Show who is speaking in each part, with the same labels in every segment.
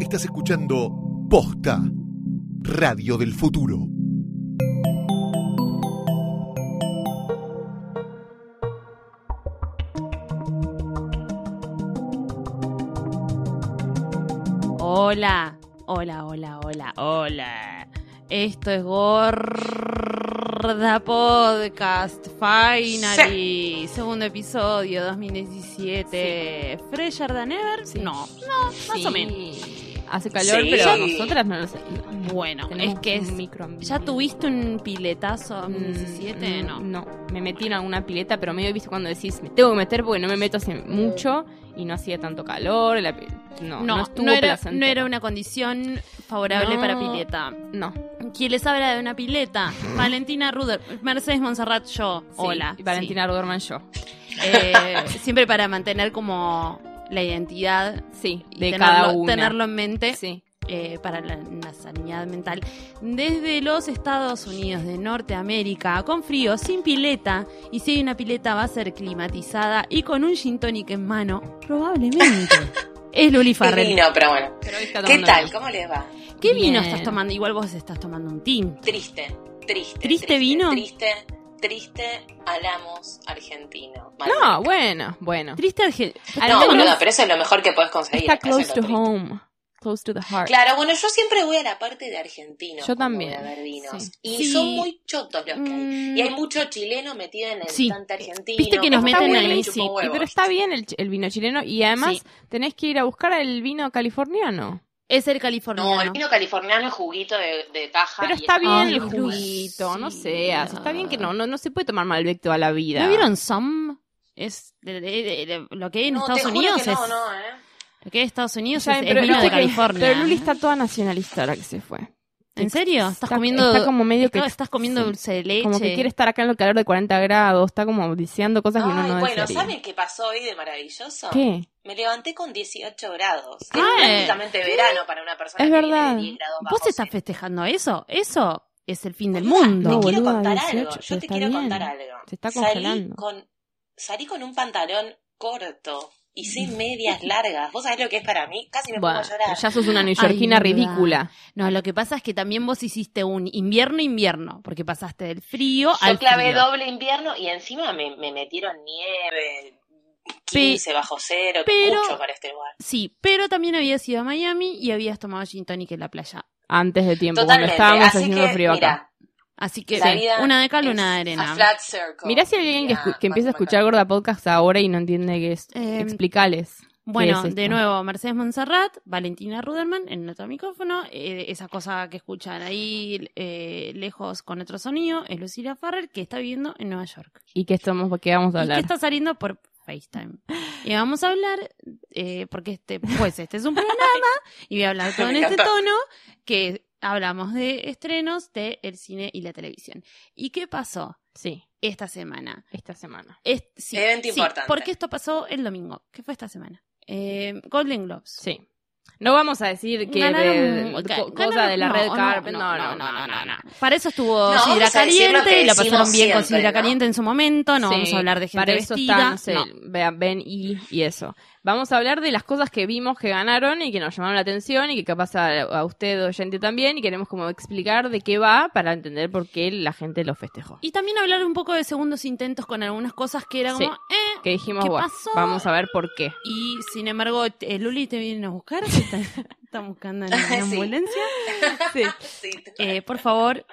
Speaker 1: Estás escuchando Posta, Radio del Futuro.
Speaker 2: Hola, hola, hola, hola, hola. Esto es Gorda Podcast, finally. Segundo episodio 2017. ¿Fresher than ever?
Speaker 3: Sí.
Speaker 2: No, no, más o menos.
Speaker 3: Hace calor,
Speaker 4: Sí.
Speaker 3: pero nosotras no lo sentimos.
Speaker 2: Bueno,
Speaker 3: Tenemos
Speaker 2: es que es-
Speaker 3: un microambiente.
Speaker 2: ¿Ya tuviste un piletazo
Speaker 3: Mm,
Speaker 2: 2017?
Speaker 3: mm,
Speaker 2: No.
Speaker 3: No, me metí en alguna pileta, pero medio viste cuando decís, me tengo que meter porque no me meto hace mucho y no hacía tanto calor. la pi- No, no,
Speaker 2: No, no,
Speaker 3: estuvo
Speaker 2: era,
Speaker 3: placentero.
Speaker 2: no era una condición favorable
Speaker 3: No.
Speaker 2: para pileta.
Speaker 3: No.
Speaker 2: ¿Quién les habla de una pileta? Valentina Ruder, Mercedes Monserrat, yo.
Speaker 3: Sí,
Speaker 2: Hola.
Speaker 3: y Valentina Ruderman yo.
Speaker 2: sí. Eh, siempre para mantener como la identidad
Speaker 3: Sí,
Speaker 2: y
Speaker 3: de
Speaker 2: tenerlo,
Speaker 3: cada una.
Speaker 2: tenerlo en mente
Speaker 3: Sí.
Speaker 2: eh, para la, la sanidad mental. Desde los Estados Unidos de Norteamérica, con frío, sin pileta, y si hay una pileta va a ser climatizada y con un gin tonic en mano, probablemente. es Luli
Speaker 4: Qué
Speaker 2: Farrell.
Speaker 4: vino, pero bueno.
Speaker 3: Pero hoy está
Speaker 4: ¿Qué
Speaker 3: tomando
Speaker 4: tal?
Speaker 3: vino.
Speaker 4: ¿Cómo les va?
Speaker 2: ¿Qué vino
Speaker 3: Bien.
Speaker 2: estás tomando? Igual vos estás tomando un tinto.
Speaker 4: Triste, triste.
Speaker 2: vino?
Speaker 4: Triste, triste, alamos argentino. Mal.
Speaker 3: No, bueno, bueno.
Speaker 2: Triste Argentina.
Speaker 4: Ah, no,
Speaker 3: al menos-
Speaker 4: boluda, pero eso es lo mejor que puedes conseguir.
Speaker 3: Está
Speaker 4: acá, eso es
Speaker 3: close
Speaker 4: lo
Speaker 3: to
Speaker 4: triste.
Speaker 3: home, close to the heart.
Speaker 4: Claro, bueno, yo siempre voy a la parte de argentino.
Speaker 3: Yo
Speaker 4: cuando
Speaker 3: también,
Speaker 4: voy a ver vinos.
Speaker 3: sí.
Speaker 4: Y
Speaker 2: Sí.
Speaker 4: son muy chotos los que hay. Y hay mucho chileno metido en el
Speaker 2: Sí.
Speaker 4: estante argentino.
Speaker 2: Viste que nos
Speaker 4: como
Speaker 2: meten
Speaker 4: bueno,
Speaker 2: ahí,
Speaker 4: le chupa
Speaker 2: sí.
Speaker 4: un huevo.
Speaker 3: Pero está bien el, ch- el vino chileno y además
Speaker 2: Sí.
Speaker 3: tenés que ir a buscar el vino californiano.
Speaker 2: Es el
Speaker 4: No, el
Speaker 2: californiano.
Speaker 4: vino californiano es juguito de, de caja.
Speaker 3: Pero
Speaker 4: y
Speaker 3: está bien
Speaker 2: Ay,
Speaker 3: el
Speaker 2: Luz.
Speaker 3: juguito, no
Speaker 2: Sí,
Speaker 3: seas.
Speaker 2: no.
Speaker 3: Está bien que no, no, no se puede tomar Malbec toda la vida.
Speaker 2: ¿No vieron Some? Es de- de- de- de- lo que hay en
Speaker 4: No,
Speaker 2: Estados
Speaker 4: te juro
Speaker 2: Unidos
Speaker 4: que no,
Speaker 2: es
Speaker 4: no, ¿eh?
Speaker 2: lo que hay en Estados Unidos
Speaker 3: Ya,
Speaker 2: es, es
Speaker 3: pero
Speaker 2: vino de
Speaker 3: viste que-
Speaker 2: California.
Speaker 3: Pero Luli está toda nacionalista ahora que se fue.
Speaker 2: ¿En serio? Estás
Speaker 3: Está-
Speaker 2: comiendo
Speaker 3: Está como medio que.
Speaker 2: estás- estás comiendo
Speaker 3: sí,
Speaker 2: dulce de leche.
Speaker 3: Como que quiere estar acá en el calor de 40 grados. Está como deseando cosas que uno
Speaker 4: Ay,
Speaker 3: no
Speaker 4: bueno,
Speaker 3: desearía.
Speaker 4: ¿saben qué pasó hoy de maravilloso?
Speaker 3: ¿Qué?
Speaker 4: Me levanté con 18 grados. Es
Speaker 2: Ah,
Speaker 4: prácticamente verano para una persona
Speaker 3: eh. Es
Speaker 4: que
Speaker 3: verdad.
Speaker 4: viene de 10 grados
Speaker 2: ¿Vos
Speaker 4: bajo
Speaker 2: estás
Speaker 4: cero.
Speaker 2: festejando eso? Eso es el fin del
Speaker 4: Boluda,
Speaker 2: mundo.
Speaker 4: Te
Speaker 3: Ah, No,
Speaker 4: quiero
Speaker 3: boluda,
Speaker 4: contar
Speaker 3: 18,
Speaker 4: algo.
Speaker 3: pero
Speaker 4: Yo te
Speaker 3: está
Speaker 4: quiero
Speaker 3: bien.
Speaker 4: contar algo.
Speaker 3: Se está
Speaker 4: salí
Speaker 3: congelando.
Speaker 4: con, salí con un pantalón corto y sin medias largas. ¿Vos sabés lo que es para mí? Casi me
Speaker 3: Bueno,
Speaker 4: pongo a llorar.
Speaker 3: ya sos una neoyorquina
Speaker 2: Ay, boluda.
Speaker 3: ridícula.
Speaker 2: No, lo que pasa es que también vos hiciste un invierno invierno, porque pasaste del frío
Speaker 4: Yo
Speaker 2: al
Speaker 4: clavé
Speaker 2: frío.
Speaker 4: doble invierno y encima me, me metieron nieve, 15 bajo cero,
Speaker 2: pero-
Speaker 4: mucho para este lugar.
Speaker 2: Sí, pero también habías ido a Miami y habías tomado gin tonic en la playa.
Speaker 3: Antes de tiempo,
Speaker 4: Totalmente.
Speaker 3: cuando estábamos
Speaker 4: Así
Speaker 3: haciendo
Speaker 4: que,
Speaker 3: frío
Speaker 4: mira,
Speaker 3: acá.
Speaker 2: Así que
Speaker 4: La
Speaker 2: sí,
Speaker 4: vida
Speaker 2: una de cal,
Speaker 4: es
Speaker 2: una de
Speaker 4: a
Speaker 2: arena.
Speaker 4: flat circle.
Speaker 3: Mirá si hay alguien que,
Speaker 4: Diría
Speaker 3: escu- que empieza a
Speaker 4: Matthew
Speaker 3: escuchar Gorda Podcast ahora y no entiende qué es.
Speaker 2: Eh,
Speaker 3: Explicales.
Speaker 2: Bueno,
Speaker 3: ¿Qué es
Speaker 2: de
Speaker 3: esto?
Speaker 2: nuevo, Mercedes Monserrat, Valentina Ruderman en otro micrófono, eh, esa cosa que escuchan ahí eh, lejos con otro sonido, es Lucila Farrer que está viviendo en Nueva York.
Speaker 3: ¿Y qué, estamos, qué vamos a
Speaker 2: Y que
Speaker 3: hablar?
Speaker 2: está saliendo por FaceTime. Y vamos a hablar, eh, porque este, pues este es un programa, y voy a hablar todo en
Speaker 4: Me
Speaker 2: este
Speaker 4: encanta.
Speaker 2: tono, que hablamos de estrenos de el cine y la televisión. ¿Y qué pasó
Speaker 3: Sí,
Speaker 2: esta semana?
Speaker 3: esta semana.
Speaker 2: Es, sí,
Speaker 4: Evento
Speaker 2: sí,
Speaker 4: importante.
Speaker 2: Porque esto pasó el domingo. ¿Qué fue esta semana? Eh, Golden Globes.
Speaker 3: Sí. No vamos a decir que
Speaker 2: Ganaron-
Speaker 3: de-
Speaker 2: ok,
Speaker 3: co- cosa
Speaker 2: ganaron-
Speaker 3: de la
Speaker 2: no,
Speaker 3: red
Speaker 2: no,
Speaker 3: carpet.
Speaker 2: no,
Speaker 3: No no no,
Speaker 2: no,
Speaker 3: no,
Speaker 2: no. Para eso estuvo
Speaker 4: No,
Speaker 2: Sidra
Speaker 4: vamos a decir lo que
Speaker 2: Caliente, la pasaron bien
Speaker 4: decimos
Speaker 2: con
Speaker 4: siempre,
Speaker 2: Sidra
Speaker 4: ¿no?
Speaker 2: Caliente en su momento, no
Speaker 3: Sí,
Speaker 2: vamos a hablar de gente
Speaker 3: para eso
Speaker 2: vestida.
Speaker 3: está, no sé,
Speaker 2: no.
Speaker 3: vea, Ben y, y eso. Vamos a hablar de las cosas que vimos que ganaron y que nos llamaron la atención y que capaz a, a usted oyente también y queremos como explicar de qué va para entender por qué la gente lo festejó.
Speaker 2: Y también hablar un poco de segundos intentos con algunas cosas que era
Speaker 3: Sí.
Speaker 2: como, eh,
Speaker 3: que dijimos,
Speaker 2: ¿qué
Speaker 3: bueno,
Speaker 2: pasó?
Speaker 3: vamos a ver por qué.
Speaker 2: y sin embargo, eh, Luli te vienen a buscar, te están, están buscando en
Speaker 4: Sí.
Speaker 2: la ambulancia.
Speaker 3: Sí.
Speaker 4: Sí, te-
Speaker 2: Eh, por favor,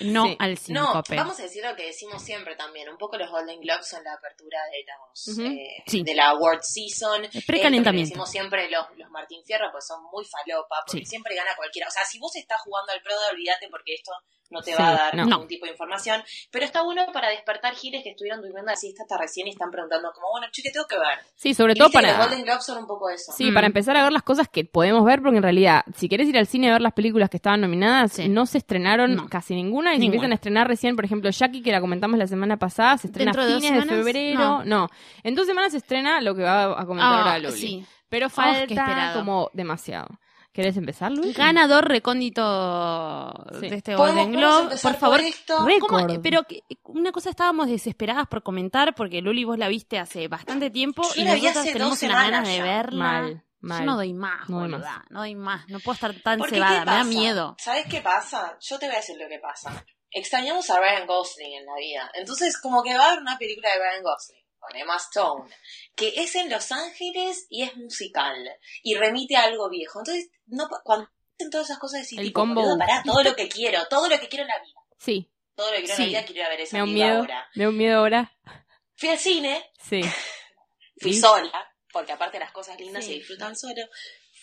Speaker 2: no
Speaker 3: Sí.
Speaker 2: al
Speaker 4: No,
Speaker 2: síncope.
Speaker 4: vamos a decir lo que decimos siempre también. Un poco los Golden Globes son la apertura de los
Speaker 3: Ujú.
Speaker 4: eh,
Speaker 2: Sí.
Speaker 4: de la award season.
Speaker 2: El precalentamiento.
Speaker 4: Esto que decimos siempre los, los Martín Fierro, pues son muy falopa, porque
Speaker 2: Sí.
Speaker 4: siempre gana cualquiera. O sea, si vos estás jugando al Pro, olvídate porque esto no te
Speaker 3: Sí,
Speaker 4: va a dar
Speaker 3: no.
Speaker 4: ningún tipo de información. Pero está bueno para despertar giles que estuvieron durmiendo la siesta hasta recién y están preguntando como, bueno, che, ¿qué tengo que ver?
Speaker 3: Sí, sobre
Speaker 4: Y
Speaker 3: todo
Speaker 4: viste que Los
Speaker 3: para...
Speaker 4: Golden Globes son un poco eso.
Speaker 3: Sí,
Speaker 2: Mm.
Speaker 3: para empezar a ver las cosas que podemos ver, porque en realidad, si querés ir al cine a ver las películas que estaban nominadas,
Speaker 2: Sí.
Speaker 3: no se estrenaron
Speaker 2: No.
Speaker 3: casi ninguna y se
Speaker 2: Ninguna.
Speaker 3: empiezan a estrenar recién, por ejemplo, Jackie, que la comentamos la semana pasada, se estrena
Speaker 2: Dentro
Speaker 3: a
Speaker 2: de dos
Speaker 3: fines de,
Speaker 2: semanas,
Speaker 3: febrero.
Speaker 2: no.
Speaker 3: No. en dos semanas se estrena lo que va a comentar
Speaker 2: Ah,
Speaker 3: ahora Luli.
Speaker 2: sí.
Speaker 3: Pero
Speaker 2: Oh, qué
Speaker 3: falta
Speaker 2: esperado.
Speaker 3: como demasiado. ¿Querés empezar, Luli?
Speaker 2: Ganador recóndito
Speaker 3: Sí.
Speaker 2: de este
Speaker 4: ¿Podemos-
Speaker 2: Golden
Speaker 4: podemos
Speaker 2: Globe,
Speaker 4: empezar
Speaker 2: por favor,
Speaker 4: esto?
Speaker 3: Re-
Speaker 2: ¿Cómo? Eh,
Speaker 3: Récord.
Speaker 2: Pero que- eh, una cosa estábamos desesperadas por comentar, porque Luli vos la viste hace bastante tiempo
Speaker 4: Yo
Speaker 2: y
Speaker 4: la vi
Speaker 2: nosotras
Speaker 4: hace
Speaker 2: tenemos
Speaker 4: dos
Speaker 2: unas ganas
Speaker 4: semanas
Speaker 2: de
Speaker 4: ya.
Speaker 2: verla.
Speaker 3: Mal. Mal.
Speaker 2: Yo no doy más,
Speaker 3: No doy
Speaker 2: boluda,
Speaker 3: más.
Speaker 2: No doy más. No puedo estar tan
Speaker 4: Porque,
Speaker 2: cebada.
Speaker 4: ¿qué
Speaker 2: Me da
Speaker 4: pasa?
Speaker 2: miedo.
Speaker 4: ¿Sabes qué pasa? Yo te voy a decir lo que pasa. Extrañamos a Ryan Gosling en la vida. Entonces, como que va a haber una película de Ryan Gosling con Emma Stone, que es en Los Ángeles y es musical y remite a algo viejo. Entonces, no, pa- cuando hacen todas esas cosas, decís,
Speaker 3: El
Speaker 4: tipo,
Speaker 3: combo.
Speaker 4: boludo, pará, todo lo que quiero, todo lo que quiero en la vida,
Speaker 3: Sí,
Speaker 4: todo lo que quiero
Speaker 2: Sí.
Speaker 4: en la vida, quiero ir a ver esa
Speaker 3: Me da un
Speaker 4: película
Speaker 3: miedo.
Speaker 4: ahora.
Speaker 3: me da un miedo ahora.
Speaker 4: Fui al cine,
Speaker 3: Sí.
Speaker 4: fui
Speaker 3: Sí.
Speaker 4: sola, porque aparte las cosas lindas
Speaker 2: Sí.
Speaker 4: se disfrutan solo.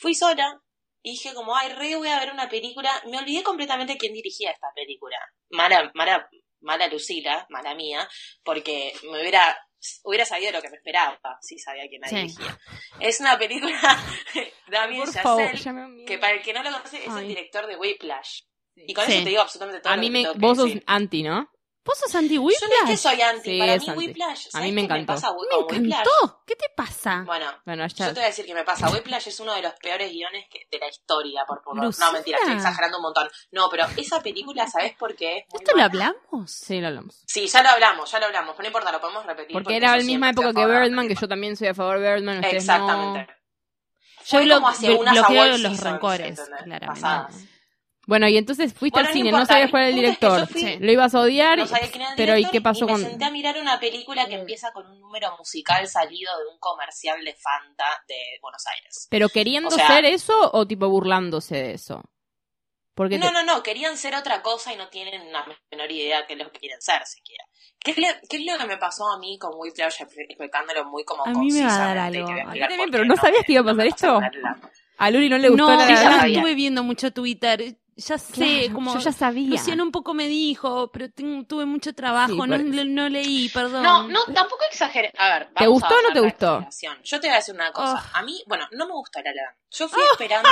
Speaker 4: Fui sola y dije como, ay, re voy a ver una película. Me olvidé completamente quién dirigía esta película. Mala, mala, mala Lucila, mala mía, porque me hubiera, hubiera sabido lo que me esperaba, si sabía quién la
Speaker 2: Sí.
Speaker 4: dirigía. Es una película de Damien
Speaker 3: Por favor,
Speaker 4: Chazelle,
Speaker 3: ya me da un miedo.
Speaker 4: que para el que no lo conoce es
Speaker 3: Ay.
Speaker 4: el director de Whiplash. Y con
Speaker 2: Sí.
Speaker 4: eso te digo absolutamente todo
Speaker 3: A
Speaker 4: lo
Speaker 3: mí
Speaker 4: que
Speaker 3: me...
Speaker 4: tengo que
Speaker 3: Vos sos
Speaker 4: decir.
Speaker 3: anti, ¿no?
Speaker 2: ¿Vos sos anti
Speaker 4: Yo no es que soy anti,
Speaker 3: Sí,
Speaker 4: para
Speaker 3: es
Speaker 4: mí
Speaker 3: anti.
Speaker 4: Whiplash,
Speaker 3: A mí
Speaker 4: ¿sabes
Speaker 3: me
Speaker 4: qué
Speaker 3: encantó.
Speaker 4: pasa
Speaker 2: Me
Speaker 4: con Whiplash?
Speaker 2: encantó. ¿Qué te pasa?
Speaker 4: Bueno,
Speaker 3: Bueno,
Speaker 4: Yo
Speaker 3: ya...
Speaker 4: te voy a decir que me pasa. Whiplash es uno de los peores guiones que- de la historia, por favor.
Speaker 2: Lucila.
Speaker 4: No, mentira, estoy exagerando un montón. No, pero esa película, ¿sabes por qué? es muy
Speaker 2: ¿Esto lo
Speaker 4: mala?
Speaker 2: hablamos?
Speaker 3: Sí, lo hablamos.
Speaker 4: Sí, ya lo hablamos, ya lo hablamos. Pero no importa, lo podemos repetir.
Speaker 3: Porque era
Speaker 4: yo
Speaker 3: la misma
Speaker 4: siempre
Speaker 3: época
Speaker 4: estoy
Speaker 3: que
Speaker 4: a favor de
Speaker 3: Birdman, que yo también soy a favor de Birdman.
Speaker 4: Birdman.
Speaker 3: ustedes
Speaker 4: Exactamente.
Speaker 3: no. Ah.
Speaker 2: Yo
Speaker 4: Fue
Speaker 2: lo,
Speaker 4: como hacia
Speaker 2: blo-
Speaker 4: unas
Speaker 2: bloqueo
Speaker 4: award
Speaker 2: los
Speaker 4: seasons,
Speaker 2: rencores,
Speaker 4: ¿entendés?
Speaker 2: claramente.
Speaker 4: Pasadas.
Speaker 3: Bueno, y entonces fuiste
Speaker 4: Ah. Bueno,
Speaker 3: al
Speaker 4: no
Speaker 3: cine, no
Speaker 4: importa,
Speaker 3: sabías cuál era el
Speaker 4: el punto
Speaker 3: director.
Speaker 4: es que yo fui-
Speaker 3: Sí. Lo ibas a odiar,
Speaker 4: No sabía quién era el
Speaker 3: pero ¿y
Speaker 4: director
Speaker 3: qué pasó
Speaker 4: me
Speaker 3: con...? Mm.
Speaker 4: senté a mirar una película que empieza con un número musical salido de un comercial de Fanta de Buenos Aires.
Speaker 3: ¿Pero queriendo
Speaker 4: O sea-
Speaker 3: ser eso o tipo burlándose de eso? Porque
Speaker 4: No,
Speaker 3: te-
Speaker 4: no, no, querían ser otra cosa y no tienen la menor idea que es lo que quieren ser siquiera. ¿Qué es lo, qué es lo que me pasó a mí con Whiplash explicándolo muy como
Speaker 2: A mí me va a dar
Speaker 4: concisamente, y te voy
Speaker 2: algo.
Speaker 4: a explicar
Speaker 3: A mí también,
Speaker 4: por
Speaker 3: pero
Speaker 4: qué
Speaker 3: ¿no sabías que iba a
Speaker 4: me
Speaker 3: pasar
Speaker 4: pasó
Speaker 3: esto?
Speaker 4: nada.
Speaker 3: a Luli no le gustó
Speaker 2: no,
Speaker 3: la...
Speaker 2: yo
Speaker 4: ya
Speaker 2: no
Speaker 4: sabía.
Speaker 2: estuve viendo mucho Twitter. Ya sé,
Speaker 3: Claro,
Speaker 2: como
Speaker 3: yo ya sabía.
Speaker 2: Luciano un poco me dijo, pero tengo- tuve mucho trabajo,
Speaker 3: Sí, pues.
Speaker 2: no,
Speaker 3: por eso.
Speaker 2: no leí, perdón.
Speaker 4: No, no, tampoco exageré. A ver, vamos
Speaker 3: ¿Te gustó
Speaker 4: a
Speaker 3: o no te
Speaker 4: bajar la
Speaker 3: gustó?
Speaker 4: exageración. Yo te voy a decir una cosa.
Speaker 2: Oh.
Speaker 4: A mí, bueno, no me gustó La La Land. Yo fui
Speaker 3: Oh.
Speaker 4: esperando,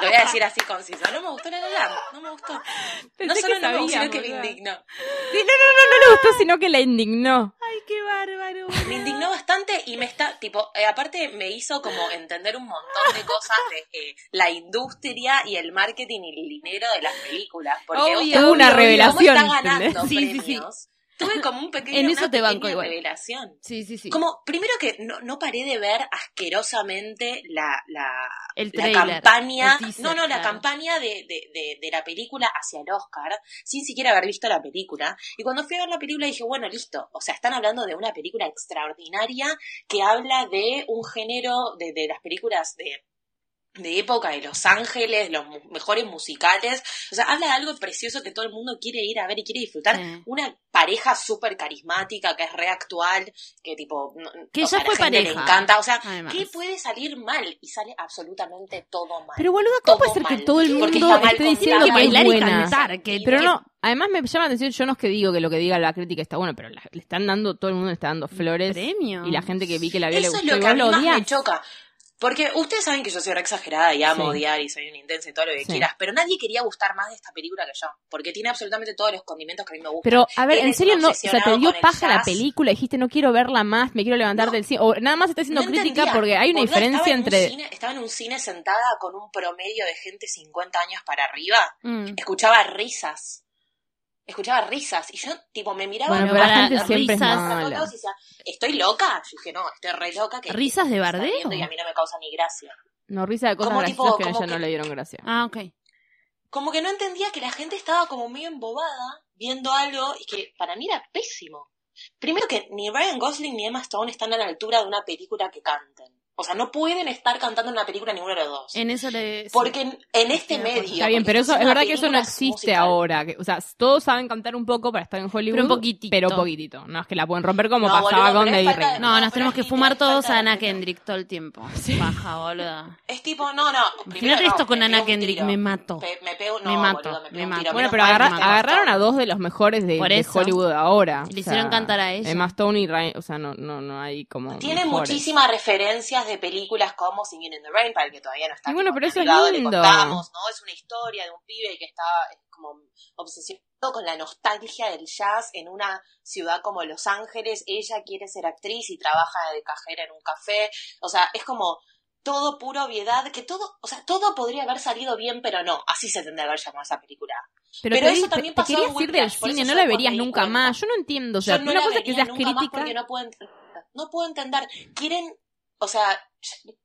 Speaker 4: lo voy a decir así conciso, no me gustó La La Land, no me gustó. no
Speaker 3: Pensé
Speaker 4: solo
Speaker 3: que
Speaker 4: no me gustó,
Speaker 3: sabía,
Speaker 4: sino que me
Speaker 3: boluda.
Speaker 4: indignó.
Speaker 3: Sí, no, no, no, no le gustó, sino que la indignó.
Speaker 2: Ay, qué bárbaro.
Speaker 4: Me indignó bastante y me está, tipo, eh, aparte me hizo como entender un montón de cosas de eh, la industria y el marketing y el dinero de las películas. Porque vos
Speaker 2: Obvio,
Speaker 4: te-
Speaker 2: hubo una
Speaker 4: ¿cómo
Speaker 3: revelación,
Speaker 4: está ganando
Speaker 3: ¿entendés?
Speaker 2: Sí, sí, sí.
Speaker 4: premios? Tuve como un pequeño,
Speaker 2: En eso
Speaker 4: una
Speaker 2: te banco
Speaker 4: pequeña
Speaker 2: igual.
Speaker 4: revelación.
Speaker 2: Sí, sí, sí.
Speaker 4: Como, primero que no, no paré de ver asquerosamente la, la,
Speaker 2: El
Speaker 4: la
Speaker 2: trailer.
Speaker 4: campaña,
Speaker 2: el teaser,
Speaker 4: no, no, la
Speaker 2: claro.
Speaker 4: campaña de, de, de, de la película hacia el Oscar, sin siquiera haber visto la película. Y cuando fui a ver la película dije, bueno, listo, o sea, están hablando de una película extraordinaria que habla de un género de, de las películas de de época de Los Ángeles, los mu- mejores musicales, o sea, habla de algo precioso que todo el mundo quiere ir a ver y quiere disfrutar,
Speaker 2: Sí.
Speaker 4: una pareja súper carismática que es reactual, que tipo, no-
Speaker 2: Que
Speaker 4: o
Speaker 2: ya
Speaker 4: sea, la
Speaker 2: fue
Speaker 4: gente le
Speaker 2: pareja,
Speaker 4: encanta, o sea,
Speaker 2: además.
Speaker 4: ¿qué puede salir mal? Y sale absolutamente todo mal.
Speaker 3: Pero boluda,
Speaker 4: Todo
Speaker 3: ¿cómo puede ser que
Speaker 4: mal.
Speaker 3: todo el
Speaker 4: Porque
Speaker 3: mundo
Speaker 4: está mal
Speaker 3: esté diciendo
Speaker 4: contado.
Speaker 3: que es
Speaker 2: Bailar y
Speaker 3: buena?
Speaker 2: cantar, que-
Speaker 3: Pero no, además me llama la atención, yo no es que digo que lo que diga la crítica está bueno, pero la- le están dando, todo el mundo le está dando flores.
Speaker 2: Premio.
Speaker 3: Y la gente que vi que la vio le
Speaker 4: Eso
Speaker 3: gustó,
Speaker 4: es lo que a
Speaker 3: igual
Speaker 4: mí
Speaker 3: lo
Speaker 4: más
Speaker 3: odia.
Speaker 4: me choca. Porque ustedes saben que yo soy re exagerada y amo
Speaker 3: Sí.
Speaker 4: odiar y soy una intensa y todo lo que
Speaker 3: Sí.
Speaker 4: quieras, pero nadie quería gustar más de esta película que yo, porque tiene absolutamente todos los condimentos que a mí me gustan.
Speaker 3: Pero, a ver, en
Speaker 4: Eres
Speaker 3: serio,
Speaker 4: un
Speaker 3: no, o sea, te
Speaker 4: obsesionado
Speaker 3: dio
Speaker 4: con el
Speaker 3: paja la
Speaker 4: jazz.
Speaker 3: película, dijiste, no quiero verla más, me quiero levantar
Speaker 4: No.
Speaker 3: del cine, o nada más está haciendo
Speaker 4: No
Speaker 3: crítica
Speaker 4: entendía.
Speaker 3: porque hay una
Speaker 4: Boluda,
Speaker 3: diferencia
Speaker 4: estaba en un
Speaker 3: entre...
Speaker 4: cine- estaba en un cine sentada con un promedio de gente 50 años para arriba.
Speaker 2: Mm.
Speaker 4: Escuchaba risas. Escuchaba risas. Y yo, tipo, me miraba
Speaker 3: Bueno,
Speaker 4: me
Speaker 3: pero la
Speaker 4: miraba
Speaker 2: para
Speaker 3: gente
Speaker 4: las
Speaker 3: siempre es
Speaker 2: risas,
Speaker 4: risas, las
Speaker 3: mala.
Speaker 4: locas, y decía, ¿estoy loca? Yo dije, no, estoy re loca. Que
Speaker 2: ¿Risas de
Speaker 4: está
Speaker 2: bardeo?
Speaker 4: viendo Y a mí no me causa ni gracia.
Speaker 3: No, risa de cosas
Speaker 4: Como
Speaker 3: graciosas
Speaker 4: tipo-
Speaker 3: que a
Speaker 4: como
Speaker 3: ella no
Speaker 4: que-
Speaker 3: le dieron gracia.
Speaker 2: Ah, ok.
Speaker 4: Como que no entendía que la gente estaba como medio embobada viendo algo y que para mí era pésimo. Primero que ni Ryan Gosling ni Emma Stone están a la altura de una película que canten. O sea, no pueden estar cantando en una película ninguno de los dos.
Speaker 2: En eso le...
Speaker 4: Porque en, en este
Speaker 2: Sí,
Speaker 4: medio.
Speaker 3: Está bien,
Speaker 4: porque
Speaker 3: pero
Speaker 4: esto
Speaker 3: eso es
Speaker 4: una
Speaker 3: verdad que eso no
Speaker 4: película
Speaker 3: existe
Speaker 4: musical.
Speaker 3: ahora. que- o sea, todos saben cantar un poco para estar en Hollywood.
Speaker 2: Pero un poquitito.
Speaker 3: Pero poquitito. No es que la pueden romper como
Speaker 4: No, boludo,
Speaker 3: pasaba
Speaker 4: pero
Speaker 3: con
Speaker 4: es
Speaker 3: David
Speaker 4: falta de-
Speaker 3: Rey.
Speaker 2: No,
Speaker 4: No,
Speaker 2: nos
Speaker 4: pero
Speaker 2: tenemos
Speaker 4: es
Speaker 2: que
Speaker 4: que
Speaker 2: fumar
Speaker 4: igual
Speaker 2: todos
Speaker 4: falta
Speaker 2: a
Speaker 4: de
Speaker 2: Ana
Speaker 4: respeto.
Speaker 2: Kendrick todo el tiempo. Baja, boluda.
Speaker 4: Es tipo, no, no.
Speaker 2: Imagínate esto con Ana Kendrick, me mato.
Speaker 4: Me, me pego, no,
Speaker 2: Me mato,
Speaker 4: boludo, me,
Speaker 2: me
Speaker 4: pego un
Speaker 2: mato.
Speaker 4: tiro.
Speaker 3: Bueno,
Speaker 4: Menos
Speaker 3: pero
Speaker 4: mal
Speaker 2: agarra-
Speaker 4: que
Speaker 3: agarra-
Speaker 4: está Emma
Speaker 3: agarraron
Speaker 4: Stone.
Speaker 3: a dos de los mejores de,
Speaker 2: Por
Speaker 3: de
Speaker 2: eso.
Speaker 3: Hollywood ahora.
Speaker 2: Le hicieron cantar a ella.
Speaker 3: Emma Stone y Ryan, o sea, no, no, no hay como.
Speaker 4: Tiene
Speaker 3: mejores.
Speaker 4: muchísimas referencias de películas como Singing in the Rain, para el que todavía no está.
Speaker 3: Y bueno,
Speaker 4: tipo,
Speaker 3: pero eso es
Speaker 4: cargado, le
Speaker 3: lindo.
Speaker 4: contamos, ¿no? Es una historia de un pibe que está eh, como obsesionado con la nostalgia del jazz en una ciudad como Los Ángeles. Ella quiere ser actriz y trabaja de cajera en un café. O sea, es como todo pura obviedad, que todo, o sea, todo podría haber salido bien, pero no. Así se tendría que haber llamado esa película.
Speaker 3: Pero,
Speaker 4: pero
Speaker 3: te,
Speaker 4: eso
Speaker 3: te-
Speaker 4: también
Speaker 3: te
Speaker 4: pasó en
Speaker 3: querías ir del
Speaker 4: Whiplash, por
Speaker 3: cine,
Speaker 4: eso
Speaker 3: no
Speaker 4: yo
Speaker 3: la
Speaker 4: cuando
Speaker 3: verías
Speaker 4: me di
Speaker 3: nunca
Speaker 4: cuenta.
Speaker 3: más. Yo no entiendo. O sea,
Speaker 4: Yo no
Speaker 3: una
Speaker 4: la
Speaker 3: cosa es que
Speaker 4: vería
Speaker 3: seas
Speaker 4: nunca más
Speaker 3: crítica.
Speaker 4: porque no puedo, ent- no puedo entender. Quieren o sea,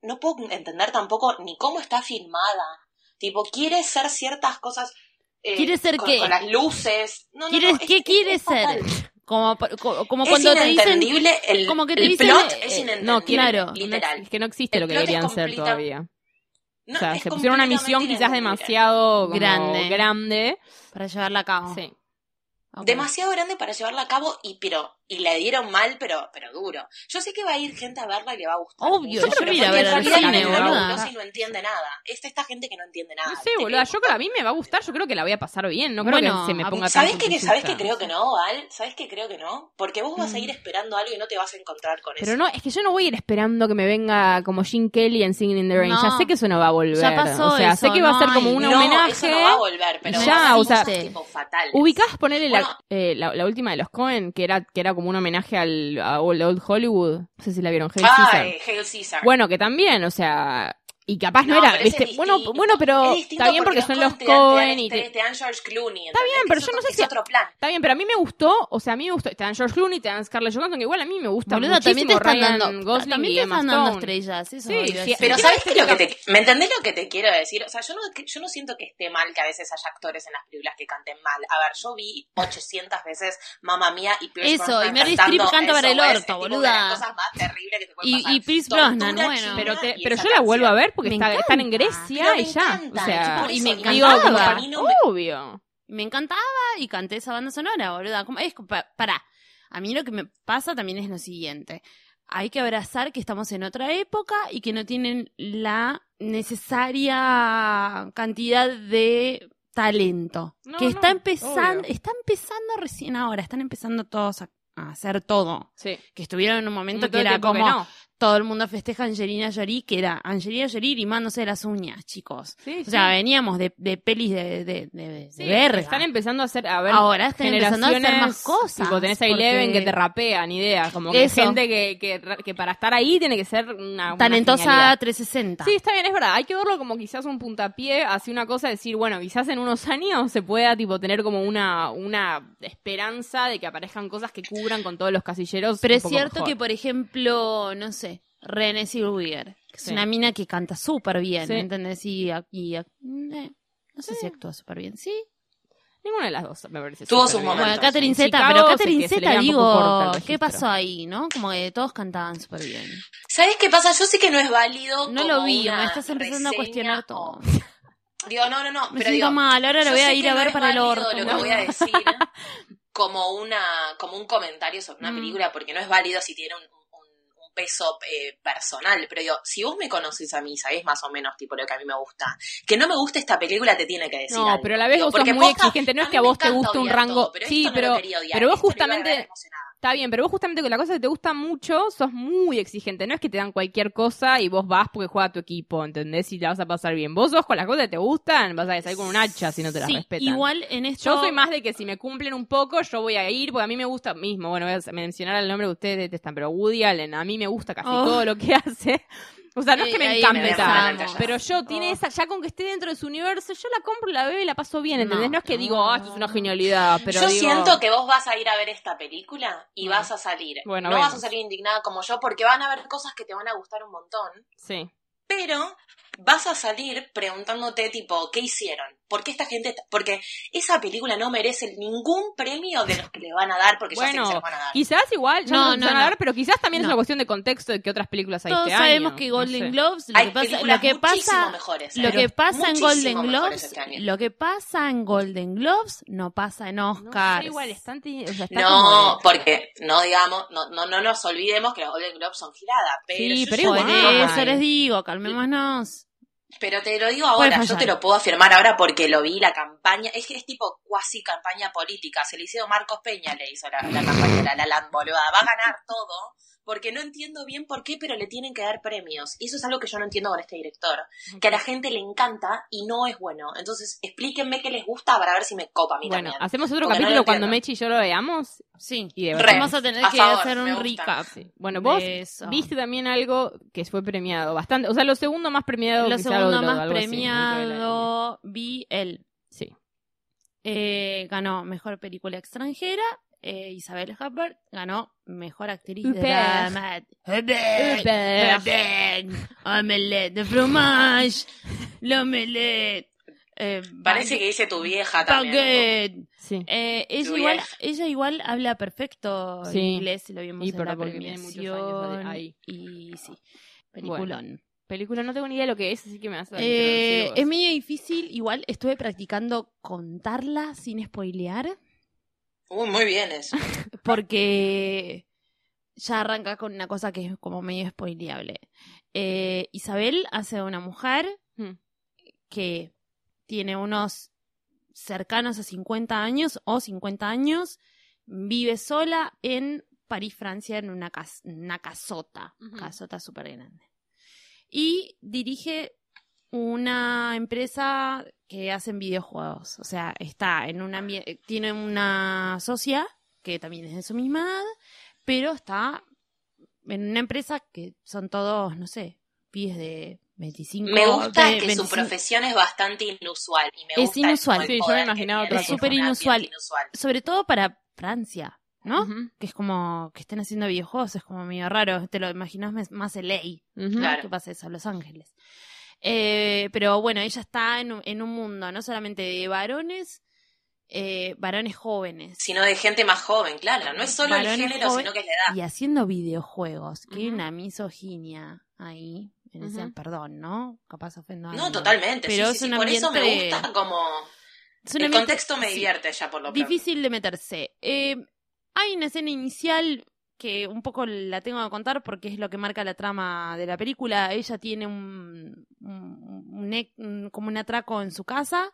Speaker 4: no puedo entender tampoco ni cómo está filmada. Tipo, quiere ser ciertas cosas. eh,
Speaker 2: ¿Quiere ser
Speaker 4: con,
Speaker 2: qué?
Speaker 4: Con las luces. No, no,
Speaker 2: ¿Quieres,
Speaker 4: no, es-
Speaker 2: ¿Qué
Speaker 4: es-
Speaker 2: quiere
Speaker 4: es
Speaker 2: ser?
Speaker 4: fatal.
Speaker 2: Como, como, como
Speaker 4: Es
Speaker 2: cuando te dicen
Speaker 4: inentendible el,
Speaker 2: como que te
Speaker 4: el
Speaker 2: dicen,
Speaker 4: plot
Speaker 2: eh,
Speaker 4: es
Speaker 2: eh,
Speaker 4: inentendible,
Speaker 3: No, claro. no
Speaker 4: literal.
Speaker 3: ex- que no existe
Speaker 4: El
Speaker 3: lo que
Speaker 4: plot es
Speaker 3: deberían ser
Speaker 4: completa-
Speaker 3: todavía.
Speaker 4: No,
Speaker 3: o sea,
Speaker 4: es
Speaker 3: se pusieron una misión
Speaker 4: completamente
Speaker 3: quizás
Speaker 4: inentendible.
Speaker 3: demasiado como
Speaker 2: Grande.
Speaker 3: grande.
Speaker 2: para llevarla a cabo.
Speaker 3: Sí.
Speaker 2: Ok.
Speaker 4: demasiado grande para llevarla a cabo y pero y la dieron mal pero pero duro yo sé que va a ir gente a verla y le va a gustar
Speaker 2: Obvio, yo
Speaker 4: mucho, pero
Speaker 2: creo que ir a
Speaker 4: porque
Speaker 2: ver al
Speaker 4: en realidad
Speaker 3: cine,
Speaker 4: la gente
Speaker 3: boluda.
Speaker 4: fabulosa y no entiende nada es esta gente que no entiende nada
Speaker 3: No sé,
Speaker 4: ¿viste?
Speaker 3: boluda. Yo creo a mí me va a gustar. Yo creo que la voy a pasar bien. No creo
Speaker 2: Bueno,
Speaker 3: que se me
Speaker 2: a-
Speaker 3: ponga tan
Speaker 4: ¿Sabes qué,
Speaker 3: complicada.
Speaker 4: ¿Sabes que creo que no, Al? ¿Sabes que creo que no? Porque vos vas a ir esperando algo y no te vas a encontrar con
Speaker 3: Mm. Pero
Speaker 4: eso.
Speaker 3: no, es que yo no voy a ir esperando que me venga como Gene Kelly en Singing in the Rain. ya
Speaker 2: No.
Speaker 3: sé que eso no va a volver.
Speaker 2: Ya pasó
Speaker 3: O sea, sé
Speaker 2: eso,
Speaker 3: que va a ser
Speaker 2: no
Speaker 3: como
Speaker 2: hay.
Speaker 3: un
Speaker 2: No,
Speaker 4: eso
Speaker 3: homenaje.
Speaker 4: no va a volver, pero
Speaker 3: Ya,
Speaker 4: van a hacer
Speaker 3: o sea,
Speaker 4: cosas tipo fatales.
Speaker 3: Ubicás ponerle
Speaker 4: Bueno.
Speaker 3: la, eh, la, la última de los Cohen, que era, que era como un homenaje al a Old, Old Hollywood. No sé si la vieron, Hail Caesar.
Speaker 4: Ay, Hail Caesar.
Speaker 3: Bueno, que también, o sea, y capaz no,
Speaker 4: No,
Speaker 3: era,
Speaker 4: pero ese
Speaker 3: ¿viste?
Speaker 4: es
Speaker 3: Bueno,
Speaker 4: distinto.
Speaker 3: bueno, pero
Speaker 4: Es
Speaker 3: está bien porque, son los
Speaker 4: Coen te dan- te dan
Speaker 3: Cohen y
Speaker 4: este-
Speaker 3: te-
Speaker 4: te dan George Clooney. Está
Speaker 3: bien, pero yo no sé si-
Speaker 4: Es otro plan.
Speaker 3: Está bien, pero a mí me gustó, o sea, a mí me gustó, te dan George Clooney, te dan Scarlett Johansson, que igual a mí me gusta
Speaker 2: Boluda, también te
Speaker 3: muchísimo
Speaker 2: están
Speaker 3: Ryan
Speaker 2: dando,
Speaker 3: Gosling
Speaker 2: también
Speaker 3: y
Speaker 2: te
Speaker 3: Emma
Speaker 2: están dando
Speaker 3: Stone.
Speaker 2: estrellas, eso
Speaker 3: Sí,
Speaker 2: me olvidé
Speaker 3: sí,
Speaker 2: decir.
Speaker 4: Pero
Speaker 3: Quiero
Speaker 4: ¿sabes qué es
Speaker 3: decir
Speaker 4: lo que
Speaker 3: lo-
Speaker 4: te... ¿Me entendés lo que te quiero decir? O sea, yo no, yo no siento que esté mal que a veces haya actores en las películas que canten mal. A ver, yo vi 800 veces Mamma Mía y Pierce
Speaker 2: Eso,
Speaker 4: Brosnan
Speaker 2: y Meryl
Speaker 4: cantando
Speaker 2: Streep canta para el
Speaker 4: SOS,
Speaker 2: orto,
Speaker 4: es tipo
Speaker 2: boluda.
Speaker 4: una de las cosas más terribles que te pueden
Speaker 2: Y-
Speaker 4: pasar.
Speaker 2: y Pierce
Speaker 4: Tortura
Speaker 2: Brosnan, bueno.
Speaker 4: china
Speaker 3: Pero, te-
Speaker 4: y
Speaker 3: pero
Speaker 4: esa
Speaker 3: yo la vuelvo a
Speaker 4: canción.
Speaker 3: ver porque
Speaker 2: Me
Speaker 3: está- están en
Speaker 2: encanta.
Speaker 3: Grecia
Speaker 4: Pero me
Speaker 3: y ya.
Speaker 4: encanta,
Speaker 3: o sea,
Speaker 4: por
Speaker 2: y me
Speaker 4: eso,
Speaker 3: digo,
Speaker 2: encantaba.
Speaker 3: como
Speaker 4: a
Speaker 3: para-
Speaker 4: mí no me-
Speaker 3: obvio.
Speaker 2: me encantaba y canté esa banda sonora, boluda. Como, es, pa- pará, a mí lo que me pasa también es lo siguiente. Hay que abrazar que estamos en otra época y que no tienen la necesaria cantidad de talento.
Speaker 3: No,
Speaker 2: que está
Speaker 3: no,
Speaker 2: empezando,
Speaker 3: obvio.
Speaker 2: está empezando recién ahora, están empezando todos a, a hacer todo.
Speaker 3: Sí.
Speaker 2: Que estuvieron en un momento
Speaker 3: Todo
Speaker 2: que
Speaker 3: el
Speaker 2: era
Speaker 3: tiempo que
Speaker 2: como
Speaker 3: no.
Speaker 2: todo el mundo festeja a Angelina Jolie, que era Angelina Jolie limándose las uñas, chicos.
Speaker 3: Sí,
Speaker 2: O sea,
Speaker 3: sí.
Speaker 2: veníamos de, de pelis de, de, de- de
Speaker 3: Sí,
Speaker 2: verga.
Speaker 3: Están empezando a hacer, a ver,
Speaker 2: Ahora están empezando
Speaker 3: generaciones.
Speaker 2: a hacer más cosas.
Speaker 3: Tipo, tenés a
Speaker 2: porque
Speaker 3: Eleven que te rapea, ni idea. Como que
Speaker 2: Eso.
Speaker 3: gente que, que, que para estar ahí tiene que ser una. una
Speaker 2: Talentosa
Speaker 3: genialidad.
Speaker 2: 360.
Speaker 3: Sí, está bien, es verdad. Hay que verlo como quizás un puntapié hacia una cosa, decir, bueno, quizás en unos años se pueda tipo tener como una, una esperanza de que aparezcan cosas que cubran con todos los casilleros.
Speaker 2: Pero
Speaker 3: un
Speaker 2: es
Speaker 3: poco
Speaker 2: cierto
Speaker 3: mejor.
Speaker 2: que, por ejemplo, no sé, René Zellweger, que es
Speaker 3: Sí.
Speaker 2: una mina que canta súper bien,
Speaker 3: Sí.
Speaker 2: ¿entendés? Y, ac- y ac- eh, no sé si actúa súper bien, sí.
Speaker 3: Ninguna de las dos me parece.
Speaker 4: Tuvo
Speaker 3: súper
Speaker 4: sus
Speaker 3: bien.
Speaker 4: momentos.
Speaker 2: Bueno,
Speaker 4: Entonces,
Speaker 2: Catherine
Speaker 3: en
Speaker 2: Zeta,
Speaker 3: Chicago
Speaker 2: pero
Speaker 3: se-
Speaker 2: Catherine
Speaker 3: que se le
Speaker 2: Zeta,
Speaker 3: queda un poco corto
Speaker 2: digo,
Speaker 3: el
Speaker 2: ¿qué
Speaker 3: registro.
Speaker 2: pasó ahí, no? Como que todos cantaban súper bien.
Speaker 4: ¿Sabes qué pasa? Yo sé que no es válido.
Speaker 2: No
Speaker 4: como
Speaker 2: lo vi,
Speaker 4: una
Speaker 2: me estás empezando a
Speaker 4: reseña
Speaker 2: cuestionar
Speaker 4: o-
Speaker 2: todo.
Speaker 4: Digo, no, no, no.
Speaker 2: Me
Speaker 4: pero
Speaker 2: siento
Speaker 4: digo,
Speaker 2: mal, ahora
Speaker 4: Yo
Speaker 2: lo voy
Speaker 4: sé
Speaker 2: a
Speaker 4: que
Speaker 2: ir a
Speaker 4: no
Speaker 2: ver
Speaker 4: es
Speaker 2: para el
Speaker 4: válido
Speaker 2: orto.
Speaker 4: Lo que
Speaker 2: ¿no?
Speaker 4: voy a decir como una como un comentario sobre una
Speaker 2: Mm.
Speaker 4: película porque no es válido si tiene un, un- un peso eh, personal. Pero digo, si vos me conocés a mí, sabés más o menos tipo lo que a mí me gusta. Que no me gusta esta película te tiene que decir.
Speaker 3: No,
Speaker 4: algo.
Speaker 3: pero a la vez
Speaker 4: Digo,
Speaker 3: vos sos
Speaker 4: porque
Speaker 3: muy
Speaker 4: posta,
Speaker 3: exigente. No es
Speaker 4: mí
Speaker 3: que a
Speaker 4: me
Speaker 3: vos te
Speaker 4: encanta
Speaker 3: guste un
Speaker 4: odiar
Speaker 3: rango.
Speaker 4: todo, pero
Speaker 3: sí,
Speaker 4: esto no lo
Speaker 3: pero,
Speaker 4: quería odiar,
Speaker 3: pero vos
Speaker 4: esto lo iba a ver
Speaker 3: justamente.
Speaker 4: emocionada.
Speaker 3: Está bien, pero vos justamente con la cosa que te gusta mucho, sos muy exigente. No es que te dan cualquier cosa y vos vas porque juega tu equipo, ¿entendés? Y la vas a pasar bien. Vos sos con las cosas que te gustan, vas a salir con un hacha si no te las
Speaker 2: sí,
Speaker 3: respetan.
Speaker 2: igual en esto...
Speaker 3: Yo soy más de que si me cumplen un poco, yo voy a ir, porque a mí me gusta mismo. Bueno, voy a mencionar el nombre que ustedes detestan, pero Woody Allen, a mí me gusta casi
Speaker 2: Oh.
Speaker 3: todo lo que hace. O sea, no es que
Speaker 2: Eh,
Speaker 3: me
Speaker 2: ahí
Speaker 3: encanta,
Speaker 2: empezamos.
Speaker 3: pero yo tiene
Speaker 2: Oh.
Speaker 3: esa, ya con que esté dentro de su universo, yo la compro, la veo y la paso bien, ¿entendés?
Speaker 2: No,
Speaker 3: No, es que
Speaker 2: no,
Speaker 3: digo,
Speaker 2: no,
Speaker 3: ah, esto es una
Speaker 2: no.
Speaker 3: genialidad, pero
Speaker 4: yo
Speaker 3: digo- Mm.
Speaker 4: siento que vos vas a ir a ver esta película y vas a salir.
Speaker 3: Bueno,
Speaker 4: no vas a
Speaker 3: vemos.
Speaker 4: salir indignada como yo porque van a haber cosas que te van a gustar un montón.
Speaker 3: Sí.
Speaker 4: pero vas a salir preguntándote tipo, ¿qué hicieron? ¿Por qué esta gente? ta- Porque esa película no merece ningún premio de los que le van a dar, porque yo sé que se
Speaker 3: Bueno,
Speaker 4: los van a dar.
Speaker 3: quizás igual, ya
Speaker 2: No,
Speaker 3: no, se
Speaker 2: no,
Speaker 3: van a
Speaker 2: no.
Speaker 3: ver, pero quizás también es
Speaker 2: No.
Speaker 3: una cuestión de contexto de qué otras películas hay
Speaker 2: Todos
Speaker 3: este
Speaker 2: sabemos
Speaker 3: año.
Speaker 2: que
Speaker 3: No
Speaker 2: Golden
Speaker 3: sé.
Speaker 2: Globes, lo
Speaker 4: Hay
Speaker 2: que pasa,
Speaker 4: películas
Speaker 2: lo que
Speaker 4: muchísimo
Speaker 2: pasa,
Speaker 4: mejores,
Speaker 2: lo
Speaker 4: pero
Speaker 2: que pasa en
Speaker 4: muchísimo
Speaker 2: Golden
Speaker 4: mejores
Speaker 2: Globes,
Speaker 4: este año.
Speaker 2: lo que pasa en Golden Globes no pasa en
Speaker 3: No sé,
Speaker 2: Oscars.
Speaker 3: igual, están teni- o sea, está
Speaker 4: No,
Speaker 3: como de-
Speaker 4: porque no digamos, no, no, no nos olvidemos que los Golden Globes son giradas, pero,
Speaker 3: Sí,
Speaker 4: yo
Speaker 3: pero
Speaker 4: ya
Speaker 2: Por
Speaker 4: te
Speaker 3: igual.
Speaker 4: digo,
Speaker 2: eso les digo, calmémonos.
Speaker 4: Pero te lo digo
Speaker 2: Puede
Speaker 4: ahora, yo
Speaker 2: fallar.
Speaker 4: te lo puedo afirmar ahora porque lo vi, la campaña, es, es tipo cuasi campaña política, se le hizo Marcos Peña, le hizo la, la campaña, la, la Land, boluda, va a ganar todo, porque no entiendo bien por qué, pero le tienen que dar premios, y eso es algo que yo no entiendo con este director, que a la gente le encanta y no es bueno, entonces explíquenme qué les gusta para ver si me copa a mí
Speaker 3: Bueno,
Speaker 4: también.
Speaker 3: hacemos otro
Speaker 4: Porque no lo
Speaker 3: capítulo cuando
Speaker 4: entiendo.
Speaker 3: Mechi y yo lo veamos.
Speaker 2: Sí.
Speaker 3: Y de
Speaker 4: Re,
Speaker 2: Vamos a tener
Speaker 4: a
Speaker 2: que
Speaker 4: favor,
Speaker 2: hacer
Speaker 4: me
Speaker 2: un
Speaker 4: gusta.
Speaker 2: recap.
Speaker 3: Bueno,
Speaker 2: de
Speaker 3: vos
Speaker 2: eso.
Speaker 3: viste también algo que fue premiado, bastante, o sea, lo segundo más premiado.
Speaker 2: lo
Speaker 3: quizá,
Speaker 2: segundo
Speaker 3: o lo-
Speaker 2: más
Speaker 3: algo así, ¿no?
Speaker 2: premiado vi él.
Speaker 3: Sí.
Speaker 2: Eh, ganó mejor película extranjera eh, Isabel Huppert ganó Mejor Actriz
Speaker 3: Huppert.
Speaker 2: de Drama. Huppert.
Speaker 3: Huppert.
Speaker 2: Huppert. Omelette de fromage. L'omelette. Eh,
Speaker 4: Parece que
Speaker 2: baguette.
Speaker 4: dice tu
Speaker 3: mm,
Speaker 4: vieja también.
Speaker 2: Baguette.
Speaker 3: Sí.
Speaker 2: Eh, ella,
Speaker 4: Lluvia.
Speaker 2: igual, ella igual habla perfecto
Speaker 3: Sí.
Speaker 2: en inglés, lo vimos
Speaker 3: Y
Speaker 2: en
Speaker 3: por-
Speaker 2: la
Speaker 3: porque tiene muchos años
Speaker 2: premiación.
Speaker 3: ahí.
Speaker 2: Y sí, peliculón.
Speaker 3: Película, no tengo ni idea de lo que es, así que me vas a
Speaker 2: Eh,
Speaker 3: introducir vos.
Speaker 2: es medio difícil, igual estuve practicando contarla sin spoilear,
Speaker 4: Uy, muy bien eso.
Speaker 2: porque ya arranca con una cosa que es como medio spoileable. Eh, Isabel hace a una mujer
Speaker 3: Hmm.
Speaker 2: que tiene unos cercanos a 50 años o 50 años, vive sola en París, Francia, en una, cas- una casota,
Speaker 3: Ujú.
Speaker 2: casota súper grande. Y dirige una empresa que hacen videojuegos, o sea, está en un ambiente, tiene una socia que también es de su misma edad, pero está en una empresa que son todos, no sé, pies de 25.
Speaker 4: Me gusta
Speaker 2: de
Speaker 4: que su
Speaker 2: 25.
Speaker 4: profesión es bastante inusual. Y me
Speaker 2: Es
Speaker 4: gusta
Speaker 2: inusual.
Speaker 4: como el
Speaker 3: Sí, yo
Speaker 4: poder
Speaker 3: me imaginaba
Speaker 4: que
Speaker 3: otra
Speaker 4: tiene
Speaker 3: cosa.
Speaker 4: una
Speaker 2: Súper inusual.
Speaker 4: pieza inusual.
Speaker 2: Sobre todo para Francia, ¿no?
Speaker 3: Ujú,
Speaker 2: Que es como que estén haciendo videojuegos, es como medio raro. Te lo imaginas mes- más LA,
Speaker 3: ujú.
Speaker 2: ¿no?
Speaker 4: Claro.
Speaker 2: Que pasa eso, Los Ángeles. Eh, pero bueno, ella está en un, en un mundo no solamente de varones, eh, varones jóvenes.
Speaker 4: Sino de gente más joven, claro. No es solo el
Speaker 2: Varones
Speaker 4: género,
Speaker 2: joven-
Speaker 4: sino que es la edad.
Speaker 2: y haciendo videojuegos, que hay
Speaker 3: Ujú.
Speaker 2: una misoginia ahí, en ese,
Speaker 3: Ujú.
Speaker 2: perdón, Ah, ¿no? Capaz ofendo a
Speaker 4: No,
Speaker 2: alguien.
Speaker 4: totalmente.
Speaker 2: Pero
Speaker 4: sí,
Speaker 2: es
Speaker 4: sí, sí,
Speaker 2: un
Speaker 4: Por eso me
Speaker 2: ambiente-
Speaker 4: gusta como...
Speaker 2: Es un
Speaker 4: el
Speaker 2: ambiente-
Speaker 4: contexto me
Speaker 2: sí,
Speaker 4: divierte ya por lo pronto.
Speaker 2: Difícil de meterse. Eh, hay una escena inicial que un poco la tengo que contar porque es lo que marca la trama de la película. Ella tiene un, un- un ex- un- como un atraco en su casa,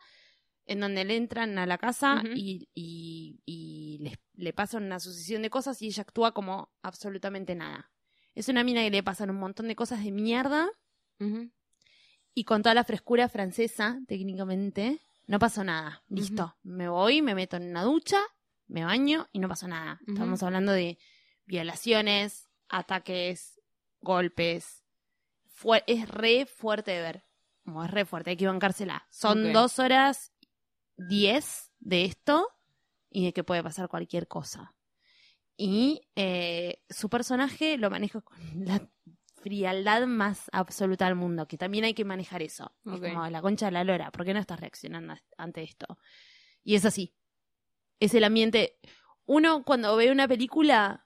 Speaker 2: en donde le entran a la casa
Speaker 3: Ujú.
Speaker 2: y, y- y les- le pasan una sucesión de cosas y ella actúa como absolutamente nada. Es una mina que le pasan un montón de cosas de mierda
Speaker 3: Ujú.
Speaker 2: y con toda la frescura francesa, técnicamente, no pasó nada. Listo, me voy, me meto en una ducha, me baño y no pasó nada.
Speaker 3: Ujú.
Speaker 2: Estamos hablando de violaciones, ataques, golpes. Fue, es re fuerte de ver. Como es re fuerte, hay que bancársela. Son
Speaker 3: Ok.
Speaker 2: dos horas diez de esto y de que puede pasar cualquier cosa. Y eh, su personaje lo maneja con la frialdad más absoluta del mundo, que también hay que manejar eso. Es
Speaker 3: Ok.
Speaker 2: como la concha de la lora, ¿por qué no estás reaccionando as- ante esto? Y es así. Es el ambiente. Uno cuando ve una película,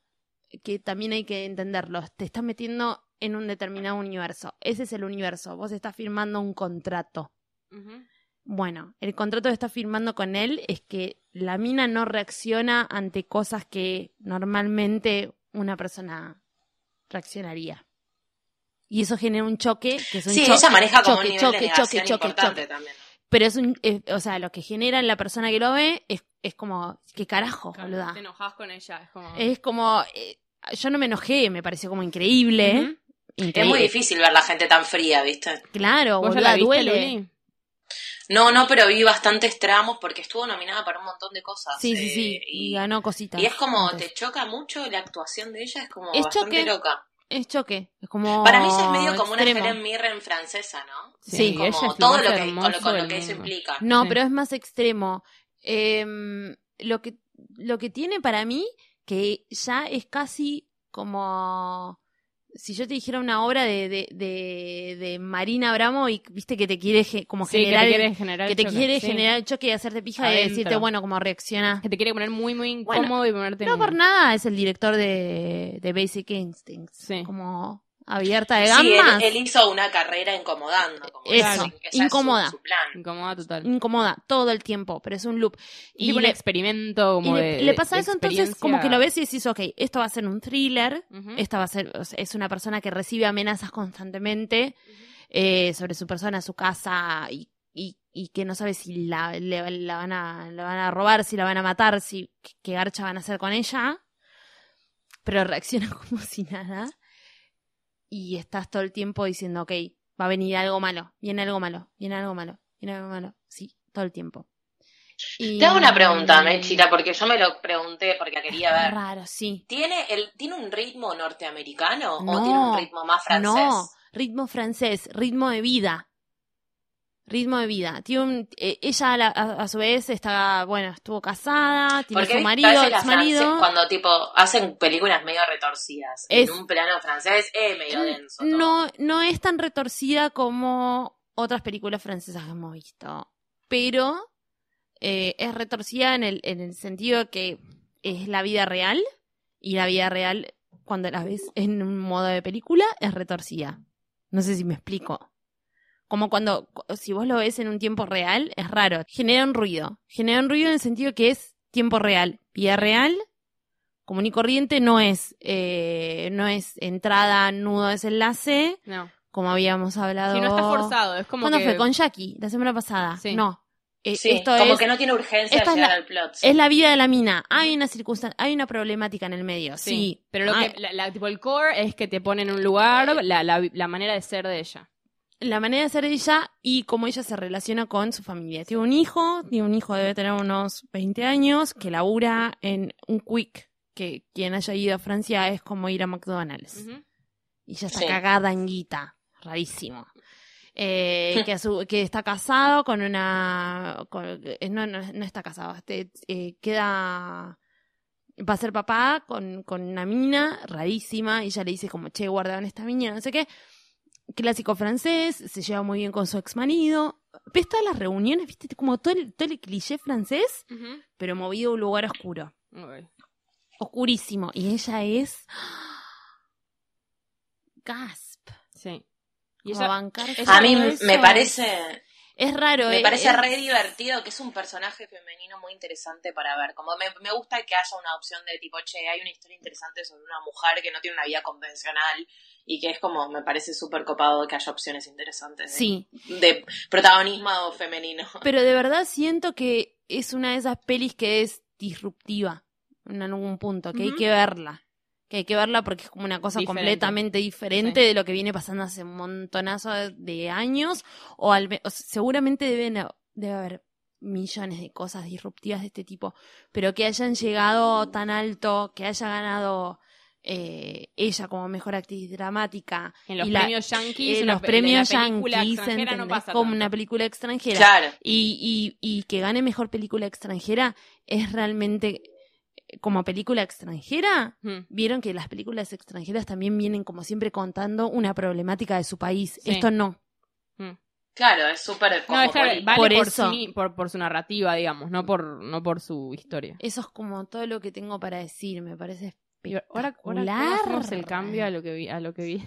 Speaker 2: que también hay que entenderlo, te estás metiendo en un determinado universo. Ese es el universo. Vos estás firmando un contrato.
Speaker 3: Ujú.
Speaker 2: Bueno, el contrato que está firmando con él es que la mina no reacciona ante cosas que normalmente una persona reaccionaría. Y eso genera un choque, que es un
Speaker 4: Sí,
Speaker 2: cho-
Speaker 4: ella maneja como
Speaker 2: choque,
Speaker 4: un nivel
Speaker 2: choque,
Speaker 4: de negación
Speaker 2: choque, choque,
Speaker 4: importante
Speaker 2: choque.
Speaker 4: también.
Speaker 2: Pero es un, es- o sea, lo que genera en la persona que lo ve es, es como, ¿qué carajo, Oh, boluda?
Speaker 3: Te enojas con ella, es como...
Speaker 2: Es como, eh, yo no me enojé, me pareció como increíble.
Speaker 3: Ujú.
Speaker 2: Increíble.
Speaker 4: Es muy difícil ver la gente tan fría, ¿viste?
Speaker 2: Claro,
Speaker 3: ¿Vos ya
Speaker 2: boluda,
Speaker 3: la viste,
Speaker 2: duele.
Speaker 3: Luli?
Speaker 4: No, no, pero vi bastantes tramos porque estuvo nominada para un montón de cosas.
Speaker 2: Sí, sí,
Speaker 4: eh,
Speaker 2: sí. Y
Speaker 4: y,
Speaker 2: ganó cositas.
Speaker 4: y es como,
Speaker 2: antes.
Speaker 4: te choca mucho la actuación de ella, es como
Speaker 2: Es
Speaker 4: bastante
Speaker 2: choque.
Speaker 4: loca.
Speaker 2: Es choque. Es como.
Speaker 4: Para mí ella es medio como
Speaker 2: extremo.
Speaker 4: una Helen Mirren francesa, ¿no?
Speaker 2: Sí,
Speaker 4: Es como
Speaker 3: ella es lo
Speaker 4: todo
Speaker 3: más
Speaker 4: lo que,
Speaker 3: hermoso
Speaker 4: con lo, con lo
Speaker 3: del
Speaker 4: que eso
Speaker 3: mundo.
Speaker 4: implica.
Speaker 2: No,
Speaker 3: Sí.
Speaker 2: pero es más extremo. Em, lo, que, lo que tiene para mí, que ya es casi como. Si yo te dijera una obra de, de, de, de Marina Abramo y viste que te quiere ge- como
Speaker 3: Sí,
Speaker 2: generar.
Speaker 3: que
Speaker 2: el-
Speaker 3: te quiere generar
Speaker 2: que te
Speaker 3: choque,
Speaker 2: quiere
Speaker 3: sí.
Speaker 2: generar el choque y hacerte pija y
Speaker 3: Adentro.
Speaker 2: decirte, bueno, como reacciona.
Speaker 3: Que te quiere poner muy, muy
Speaker 2: Bueno,
Speaker 3: incómodo y ponerte...
Speaker 2: No
Speaker 3: en-
Speaker 2: por nada es el director de, de Basic Instincts.
Speaker 3: Sí.
Speaker 2: Como abierta de
Speaker 4: Sí, él,
Speaker 2: gamas.
Speaker 4: él hizo una carrera incomodando. Como
Speaker 2: Eso,
Speaker 4: dicen, que esa es su-
Speaker 2: incómoda.
Speaker 4: su plan.
Speaker 3: Incomoda total.
Speaker 2: incomoda todo el tiempo, pero es un loop.
Speaker 3: Y tipo un
Speaker 2: le-
Speaker 3: experimento como
Speaker 2: y le,
Speaker 3: de-
Speaker 2: le
Speaker 3: de-
Speaker 2: pasa
Speaker 3: de
Speaker 2: eso entonces como que
Speaker 3: experiencia.
Speaker 2: lo ves y decís, ok, esto va a ser un thriller,
Speaker 3: Ujú.
Speaker 2: esta va a ser, o sea, es una persona que recibe amenazas constantemente eh, sobre su persona, su casa y, y- y que no sabe si la, le- la van a, la van a robar, si la van a matar, si qué- qué garcha van a hacer con ella, pero reacciona como si nada y estás todo el tiempo diciendo, ok, va a venir algo malo, viene algo malo, viene algo malo, viene algo malo, sí, todo el tiempo. Y-
Speaker 4: Te hago una pregunta, Mechita, porque yo me lo pregunté porque la quería ver.
Speaker 2: Raro, sí.
Speaker 4: ¿Tiene, el, ¿Tiene un ritmo norteamericano
Speaker 2: No,
Speaker 4: o tiene un ritmo más francés?
Speaker 2: No, ritmo francés, ritmo de vida. Ritmo de vida. Tiene un- eh, ella a, la- a- a su vez está, bueno, estuvo casada, tiene
Speaker 4: Porque
Speaker 2: su
Speaker 4: viste,
Speaker 2: marido,
Speaker 4: a veces las
Speaker 2: ex marido.
Speaker 4: frances- cuando tipo hacen películas medio retorcidas
Speaker 2: Es- Mm,
Speaker 4: en un plano francés es medio denso. todo.
Speaker 2: No, no es tan retorcida como otras películas francesas que hemos visto. Pero eh, es retorcida en el, en el sentido de que es la vida real y la vida real, cuando la ves en un modo de película, es retorcida. No sé si me explico. Como cuando, si vos lo ves en un tiempo real, es raro. Genera un ruido. Genera un ruido en el sentido que es tiempo real. Vida real, común y corriente, no es, eh, no es entrada, nudo, desenlace,
Speaker 3: No.
Speaker 2: como habíamos hablado.
Speaker 3: Si no está forzado, es como
Speaker 2: ¿Cuándo
Speaker 3: que...
Speaker 2: Oh. fue? Con Jackie, la semana pasada.
Speaker 3: Sí.
Speaker 2: No. Eh,
Speaker 4: Sí,
Speaker 2: esto
Speaker 4: como
Speaker 2: es,
Speaker 4: que no tiene urgencia
Speaker 2: esta
Speaker 4: de
Speaker 2: es
Speaker 4: llegar
Speaker 2: la-
Speaker 4: al plot.
Speaker 2: es la vida de la mina. Hay una circunstancia, hay una problemática en el medio. Sí. Ah, eh,
Speaker 3: Sí, pero lo
Speaker 2: Ay,
Speaker 3: que, la, la- tipo el core es que te pone en un lugar la, la, la manera de ser de ella.
Speaker 2: la manera de ser ella y cómo ella se relaciona con su familia. Tiene un hijo, tiene un hijo, debe tener unos 20 años, que labura en un quick, que quien haya ido a Francia es como ir a McDonald's.
Speaker 3: Ujú.
Speaker 2: Y ya está
Speaker 4: Sí.
Speaker 2: cagada en guita. Rarísimo. Eh, que, a su- que está casado con una. con- eh, no, no, no está casado. este, eh, queda. Va a ser papá con, con una mina rarísima. Y ella le dice, como, che, guardaban esta mina, no sé qué. Clásico francés, se lleva muy bien con su ex marido. Ves todas las reuniones, viste, como todo el, todo el cliché francés, pero movido a un lugar oscuro
Speaker 3: Uy.
Speaker 2: oscurísimo. Y ella es. ¡ah! Gasp.
Speaker 3: Sí. Y
Speaker 2: Y
Speaker 3: ella-
Speaker 4: A
Speaker 3: ella
Speaker 4: mí
Speaker 3: no
Speaker 4: me parece
Speaker 2: Es raro,
Speaker 4: me
Speaker 2: eh,
Speaker 4: parece
Speaker 2: es-
Speaker 4: re divertido que es un personaje femenino muy interesante para ver. Como me, me gusta que haya una opción de tipo, che, hay una historia interesante sobre una mujer que no tiene una vida convencional y que es como, me parece súper copado que haya opciones interesantes de,
Speaker 2: Sí,
Speaker 4: de protagonismo femenino.
Speaker 2: pero de verdad siento que es una de esas pelis que es disruptiva en algún punto, que hay
Speaker 3: Ujú.
Speaker 2: que verla. Que hay que verla porque es como una cosa
Speaker 3: Diferente.
Speaker 2: completamente diferente
Speaker 3: Sí.
Speaker 2: de lo que viene pasando hace un montonazo de- de años. O, al, me- o sea, seguramente deben, a- debe haber millones de cosas disruptivas de este tipo. pero que hayan llegado tan alto, que haya ganado eh, ella como mejor actriz dramática,
Speaker 3: En los
Speaker 2: y la-
Speaker 3: premios yankees,
Speaker 2: eh,
Speaker 3: una
Speaker 2: los
Speaker 3: pe- en la
Speaker 2: premios
Speaker 3: película
Speaker 2: yankees,
Speaker 3: extranjera no
Speaker 2: ¿entendés?
Speaker 3: pasa
Speaker 2: como
Speaker 3: tanto.
Speaker 2: una película extranjera,
Speaker 4: Claro.
Speaker 2: y, y, y que gane mejor película extranjera, es realmente eh, como película extranjera.
Speaker 3: Ujú.
Speaker 2: Vieron que las películas extranjeras también vienen, como siempre, contando una problemática de su país.
Speaker 3: Sí.
Speaker 2: Esto no.
Speaker 4: Claro, es súper
Speaker 3: No, es claro,
Speaker 4: cosmopolita.
Speaker 3: vale
Speaker 2: Por
Speaker 3: por,
Speaker 2: eso.
Speaker 3: sí- por, por su narrativa, digamos, no por, no por su historia.
Speaker 2: Eso es como todo lo que tengo para decir. Me parece
Speaker 3: Y ahora,
Speaker 2: espectacular.
Speaker 3: ahora ¿cómo hacemos el cambio a lo que vi, a lo que vi.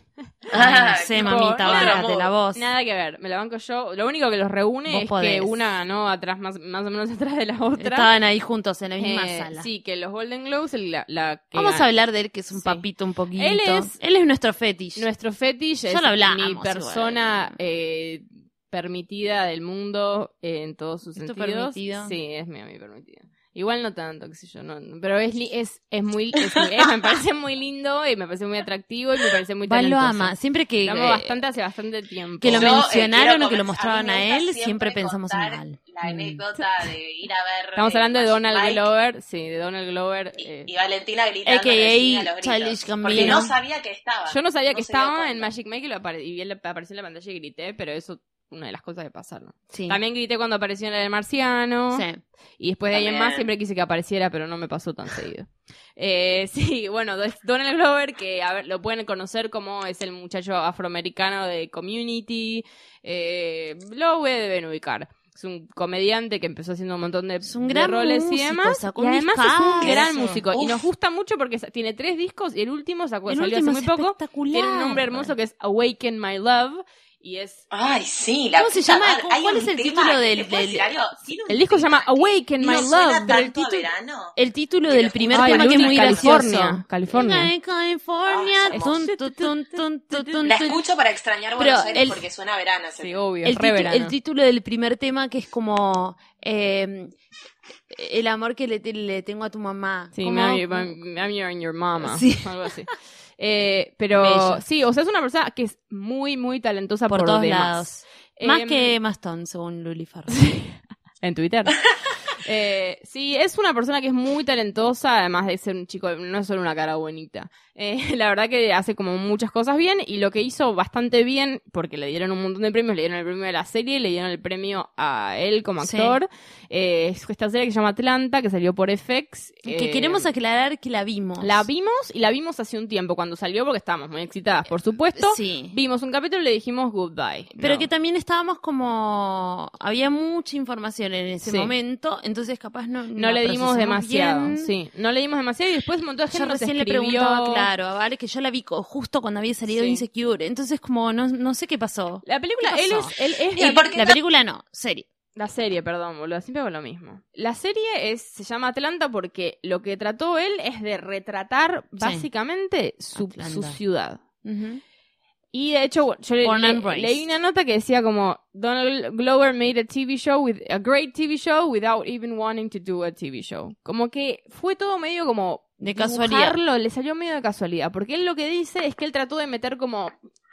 Speaker 2: Ay, no sé,
Speaker 4: tipo,
Speaker 2: mamita,
Speaker 4: otro
Speaker 2: bancate
Speaker 4: mood.
Speaker 2: la voz.
Speaker 3: Nada que ver, me la banco yo. Lo único que los reúne
Speaker 2: Vos
Speaker 3: es
Speaker 2: podés.
Speaker 3: que una ganó atrás, más, más o menos atrás de la otra.
Speaker 2: Estaban ahí juntos en la misma
Speaker 3: Eh,
Speaker 2: sala.
Speaker 3: Sí, que los Golden Globes, el- la, la que
Speaker 2: Vamos
Speaker 3: ganó.
Speaker 2: a hablar de él, que es un
Speaker 3: Sí.
Speaker 2: papito un poquito.
Speaker 3: Él es-
Speaker 2: nuestro fetish.
Speaker 3: Nuestro fetish
Speaker 2: Ya
Speaker 3: es
Speaker 2: lo hablamos,
Speaker 3: mi persona eh, permitida del mundo eh, en todos sus
Speaker 2: ¿Es tu
Speaker 3: sentidos.
Speaker 2: permitido?
Speaker 3: Sí, es mi, mi permitida. Igual no tanto, qué sé yo, no, no, pero es, li- es, es muy, es muy- es- me parece muy lindo y me parece muy atractivo y me parece muy
Speaker 2: Val lo
Speaker 3: talentoso.
Speaker 2: ama. Siempre que,
Speaker 3: Lo amo
Speaker 2: eh,
Speaker 3: bastante hace bastante tiempo.
Speaker 2: que lo
Speaker 4: Yo, eh,
Speaker 2: mencionaron
Speaker 4: quiero
Speaker 2: o que lo
Speaker 4: comentar-
Speaker 2: mostraban
Speaker 4: mí me
Speaker 2: a
Speaker 4: gusta
Speaker 2: él, siempre pensamos en
Speaker 4: contar
Speaker 2: Val.
Speaker 4: La
Speaker 2: Mm.
Speaker 4: anécdota de ir a ver.
Speaker 3: Estamos
Speaker 4: eh,
Speaker 3: hablando de Donald
Speaker 4: Magic Mike
Speaker 3: Glover, sí, de Donald Glover. eh.
Speaker 4: Y, y Valentina gritando.
Speaker 2: AKA
Speaker 4: a los gritos,
Speaker 2: Childish
Speaker 4: Porque
Speaker 2: Gambino.
Speaker 4: no sabía que estaba.
Speaker 3: Yo no sabía que
Speaker 4: se dio
Speaker 3: estaba
Speaker 4: cuenta.
Speaker 3: en Magic Mike y, lo apare- y vi el- apareció en la pantalla y grité, pero eso una de las cosas que pasaron.
Speaker 2: Sí.
Speaker 3: También grité cuando apareció en el marciano.
Speaker 2: Sí.
Speaker 3: Y después de ahí en más
Speaker 4: También.
Speaker 3: siempre quise que apareciera, pero no me pasó tan seguido. Eh, sí, bueno, es Donald Glover, que a ver, lo pueden conocer como es el muchacho afroamericano de Community. Eh, lo deben ubicar. Es un comediante que empezó haciendo un montón de,
Speaker 2: Es un
Speaker 3: de
Speaker 2: gran
Speaker 3: roles y
Speaker 2: músico,
Speaker 3: demás.
Speaker 2: sacó
Speaker 3: Y
Speaker 2: un
Speaker 3: además es un
Speaker 2: discazo.
Speaker 3: gran músico. Y
Speaker 4: Uf.
Speaker 3: nos gusta mucho porque sa- tiene tres discos y el último sacó,
Speaker 2: El
Speaker 3: salió
Speaker 2: último
Speaker 3: hace
Speaker 2: es
Speaker 3: muy poco.
Speaker 2: espectacular.
Speaker 3: Tiene un nombre hermoso que es Awaken My Love. Y es.
Speaker 4: Ay, sí, la
Speaker 2: ¿Cómo se
Speaker 4: puta
Speaker 2: llama?
Speaker 4: madre.
Speaker 2: ¿Cu-
Speaker 4: Hay
Speaker 2: cuál
Speaker 4: un
Speaker 2: es el
Speaker 4: tema
Speaker 2: título
Speaker 4: que-
Speaker 2: del-
Speaker 4: ¿te puedo
Speaker 2: del-
Speaker 4: decir algo? Tiene un
Speaker 3: El disco se
Speaker 4: tema
Speaker 3: llama
Speaker 4: que
Speaker 3: Awaken My
Speaker 4: no
Speaker 3: Love.
Speaker 4: suena
Speaker 3: pero el
Speaker 4: tanto a
Speaker 3: título-
Speaker 4: verano.
Speaker 2: El título
Speaker 4: Te
Speaker 2: del
Speaker 4: lo
Speaker 2: primer
Speaker 4: juro.
Speaker 2: tema
Speaker 4: Ay,
Speaker 2: que es
Speaker 4: Luna,
Speaker 2: muy
Speaker 3: California,
Speaker 2: gracioso.
Speaker 3: California.
Speaker 2: Luna de California.
Speaker 4: Ah, es
Speaker 2: tun,
Speaker 3: hermoso.
Speaker 2: tun, tun, tun, tun, tun,
Speaker 4: La
Speaker 2: tun.
Speaker 4: escucho para extrañar
Speaker 2: Pero
Speaker 4: Buenos Aires
Speaker 2: el-
Speaker 4: porque suena a verano. ese
Speaker 3: Sí,
Speaker 4: tema.
Speaker 3: obvio,
Speaker 2: el,
Speaker 3: re
Speaker 2: titu-
Speaker 3: verano.
Speaker 2: el título del primer tema que es como eh, el amor que le, te- le tengo a tu mamá.
Speaker 3: Sí,
Speaker 2: Como-
Speaker 3: mami, mami, mami and your mama.
Speaker 2: Sí.
Speaker 3: Algo así. Eh, pero
Speaker 2: Bello.
Speaker 3: sí, o sea, es una persona que es muy, muy talentosa por,
Speaker 2: por, todos
Speaker 3: demás.
Speaker 2: lados. Más
Speaker 3: Em,
Speaker 2: que Maston, según Luli Farro.
Speaker 3: En Twitter. Eh, sí, es una persona que es muy talentosa, además de ser un chico, no es solo una cara bonita. Eh, la verdad que hace como muchas cosas bien y lo que hizo bastante bien, porque le dieron un montón de premios, le dieron el premio de la serie, le dieron el premio a él como
Speaker 2: Sí.
Speaker 3: actor. Eh, es esta serie que se llama Atlanta, que salió por FX.
Speaker 2: Que
Speaker 3: eh,
Speaker 2: queremos aclarar que la vimos.
Speaker 3: La vimos y la vimos hace un tiempo cuando salió porque estábamos muy excitadas, por supuesto.
Speaker 2: Eh, Sí.
Speaker 3: Vimos un capítulo y le dijimos goodbye.
Speaker 2: Pero
Speaker 3: No.
Speaker 2: que también estábamos como. Había mucha información en ese
Speaker 3: Sí.
Speaker 2: momento, entonces capaz no.
Speaker 3: no
Speaker 2: la
Speaker 3: le dimos
Speaker 2: procesamos
Speaker 3: demasiado,
Speaker 2: bien.
Speaker 3: sí, no le dimos demasiado y después un montón de
Speaker 2: Yo
Speaker 3: gente nos
Speaker 2: recién le
Speaker 3: escribió.
Speaker 2: preguntaba, claro, ¿vale? Que yo la vi co- justo cuando había salido
Speaker 3: Sí.
Speaker 2: Insecure. Entonces, como no, no sé qué pasó.
Speaker 3: La película,
Speaker 2: ¿Qué
Speaker 3: él
Speaker 2: pasó?
Speaker 3: es, él es
Speaker 4: ¿Y
Speaker 3: la,
Speaker 4: por qué
Speaker 2: La
Speaker 4: no-
Speaker 2: película no, serie.
Speaker 3: la serie, perdón, boludo, siempre hago lo mismo. La serie es, se llama Atlanta porque lo que trató él es de retratar básicamente su,
Speaker 2: Atlanta.
Speaker 3: su ciudad. Y de hecho, bueno, yo le-
Speaker 2: Born and
Speaker 3: le-
Speaker 2: raised.
Speaker 3: leí una nota que decía como Donald Glover made a TV show with a great TV show without even wanting to do a TV show. Como que fue todo medio como
Speaker 2: De casualidad.
Speaker 3: dibujarlo, le salió medio de casualidad, porque él lo que dice es que él trató de meter como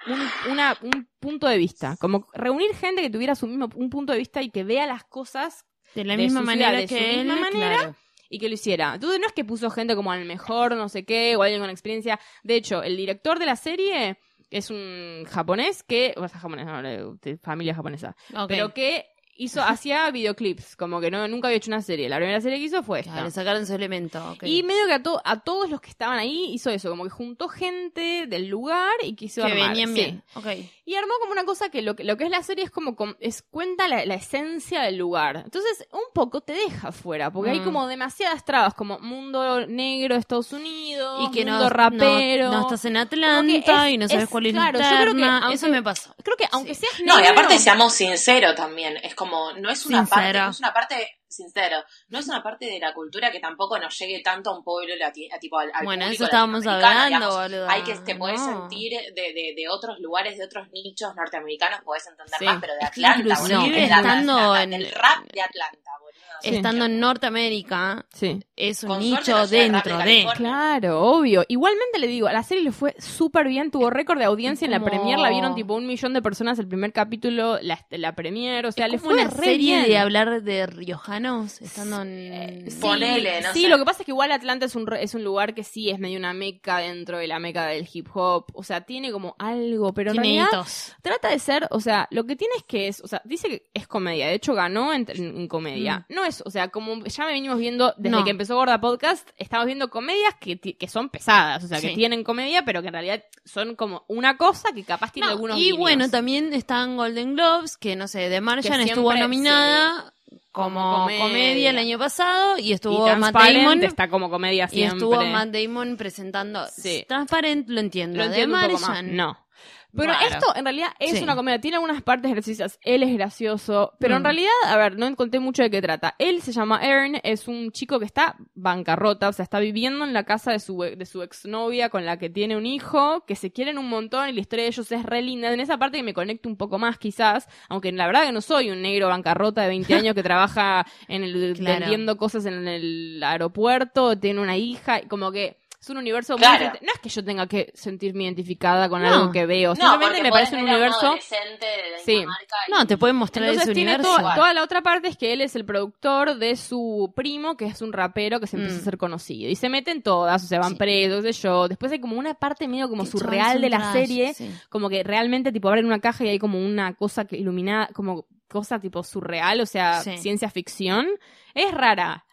Speaker 3: un, una- un punto de vista, como reunir gente que tuviera su mismo un punto de vista y que vea las cosas
Speaker 2: De la
Speaker 3: De
Speaker 2: misma
Speaker 3: su ciudad,
Speaker 2: manera
Speaker 3: de su
Speaker 2: que él.
Speaker 3: misma manera.
Speaker 2: claro.
Speaker 3: y que lo hiciera. Entonces no es que puso gente como al mejor, no sé qué, o alguien con experiencia. De hecho, el director de la serie es un japonés que, o sea, japonés, no, de familia japonesa,
Speaker 2: Ok.
Speaker 3: pero que hizo hacía videoclips, como que no nunca había hecho una serie. La primera serie que hizo fue esta.
Speaker 2: Claro, le sacaron su elemento. ok.
Speaker 3: Y medio que a, to- a todos los que estaban ahí hizo eso, como que juntó gente del lugar y quiso
Speaker 2: que
Speaker 3: armar.
Speaker 2: venían
Speaker 3: sí.
Speaker 2: bien. Ok.
Speaker 3: Y armó como una cosa que lo que, lo que es la serie es como com- es cuenta la, la esencia del lugar. Entonces, un poco te deja fuera, porque hay
Speaker 2: Mm.
Speaker 3: como demasiadas trabas, como mundo negro de Estados Unidos,
Speaker 2: Y que no,
Speaker 3: mundo rapero.
Speaker 2: no, no estás en
Speaker 3: que
Speaker 2: Atlanta
Speaker 3: es-
Speaker 2: y no sabes
Speaker 3: es-
Speaker 2: cuál es
Speaker 3: claro,
Speaker 2: la
Speaker 3: yo creo que
Speaker 2: interna.
Speaker 3: aunque-
Speaker 2: Eso me pasó.
Speaker 3: Creo que aunque seas
Speaker 4: No, y
Speaker 3: negro-
Speaker 4: aparte seamos sinceros también. Es como, no es una parte,
Speaker 2: Sincero.
Speaker 4: no es una parte, sincero, no es una parte de la cultura que tampoco nos llegue tanto a un pueblo, lati- a, tipo al, al
Speaker 2: Bueno,
Speaker 4: público
Speaker 2: eso estábamos
Speaker 4: latinoamericano,
Speaker 2: hablando,
Speaker 4: digamos.
Speaker 2: boludo.
Speaker 4: Hay que te podés
Speaker 2: No.
Speaker 4: sentir de, de, de otros lugares, de otros nichos norteamericanos, podés entender
Speaker 3: Sí.
Speaker 4: más, pero de
Speaker 2: Es que
Speaker 4: Atlanta,
Speaker 2: inclusive
Speaker 4: boludo, es la-
Speaker 2: estando
Speaker 4: la- la-
Speaker 2: en-
Speaker 4: el rap de Atlanta, boludo.
Speaker 3: Sí.
Speaker 2: Estando en Norteamérica,
Speaker 3: Sí.
Speaker 2: es un
Speaker 4: Con suerte
Speaker 2: nicho
Speaker 4: no llega el rap de
Speaker 2: dentro de.
Speaker 4: California.
Speaker 3: Claro, obvio. Igualmente le digo, a la serie le fue súper bien, tuvo récord de audiencia en la
Speaker 2: Como-
Speaker 3: premier, la vieron tipo un millón de personas el primer capítulo, la, la premier, o sea, le
Speaker 2: Es
Speaker 3: fue
Speaker 2: como una
Speaker 3: re
Speaker 2: serie
Speaker 3: bien.
Speaker 2: de hablar de riojanos estando en.
Speaker 3: Sí,
Speaker 4: eh, Ponele, no
Speaker 3: sí,
Speaker 4: sé.
Speaker 3: lo que pasa es que igual Atlanta es un, re- es un lugar que sí es medio una meca dentro de la meca del hip hop, o sea, tiene como algo, pero en
Speaker 2: Tiene
Speaker 3: realidad
Speaker 2: hitos.
Speaker 3: trata de ser, o sea, lo que tiene es que es, o sea, dice que es comedia, de hecho ganó en, en comedia. No es, o sea, como ya me venimos viendo desde
Speaker 2: Mm. No.
Speaker 3: que empezó Gorda Podcast, estamos viendo comedias que, ti- que son pesadas, o sea, que
Speaker 2: Sí.
Speaker 3: tienen comedia, pero que en realidad son como una cosa que capaz tiene
Speaker 2: No,
Speaker 3: algunos
Speaker 2: y
Speaker 3: guiños.
Speaker 2: bueno, también están Golden Globes, que no sé, de Marjan
Speaker 3: Que
Speaker 2: estuvo
Speaker 3: siempre-
Speaker 2: nominada
Speaker 3: Como
Speaker 2: como
Speaker 3: comedia.
Speaker 2: comedia. el año pasado y
Speaker 3: Y
Speaker 2: estuvo Matt
Speaker 3: Transparent
Speaker 2: Damon.
Speaker 3: está como comedia
Speaker 2: Y
Speaker 3: siempre.
Speaker 2: estuvo Matt Damon presentando.
Speaker 3: Sí.
Speaker 2: Transparent, lo entiendo. ¿eh?
Speaker 3: Lo entiendo
Speaker 2: de
Speaker 3: un poco más.
Speaker 2: Marjan,
Speaker 3: No. Pero
Speaker 2: Raro.
Speaker 3: esto en realidad es
Speaker 2: Sí.
Speaker 3: una comedia. Tiene algunas partes graciosas. Él es gracioso. Pero en
Speaker 2: Mm.
Speaker 3: realidad, a ver, no encontré mucho de qué trata. Él se llama Aaron. Es un chico que está bancarrota. O sea, está viviendo en la casa de su, de su exnovia con la que tiene un hijo. Que se quieren un montón. Y la historia de ellos es re linda. En esa parte que me conecto un poco más, quizás. Aunque la verdad que no soy un negro bancarrota de 20 años que trabaja en el,
Speaker 2: Claro.
Speaker 3: vendiendo cosas en el aeropuerto. Tiene una hija. y Como que. Es un universo muy
Speaker 4: Claro.
Speaker 3: diferente. No es que yo tenga que sentirme identificada con
Speaker 2: No.
Speaker 3: algo que veo.
Speaker 4: porque
Speaker 3: Simplemente me
Speaker 4: podés
Speaker 3: parece un
Speaker 4: ver a
Speaker 3: universo.
Speaker 4: adolescente de
Speaker 3: Sí.
Speaker 4: Dinamarca y-
Speaker 2: No, te pueden mostrar
Speaker 3: Entonces
Speaker 2: ese
Speaker 3: tiene
Speaker 2: universo.
Speaker 3: toda, toda la otra parte es que él es el productor de su primo, que es un rapero que se empezó
Speaker 2: Mm.
Speaker 3: a ser conocido. Y se meten todas, o sea, van
Speaker 2: Sí.
Speaker 3: presos, qué sé yo. Después hay como una parte medio como
Speaker 2: Que
Speaker 3: surreal
Speaker 2: son
Speaker 3: de la
Speaker 2: trash,
Speaker 3: serie
Speaker 2: sí.
Speaker 3: como que realmente tipo abren una caja y hay como una cosa que iluminada, como cosa tipo surreal, o sea,
Speaker 2: Sí.
Speaker 3: ciencia ficción. Es rara.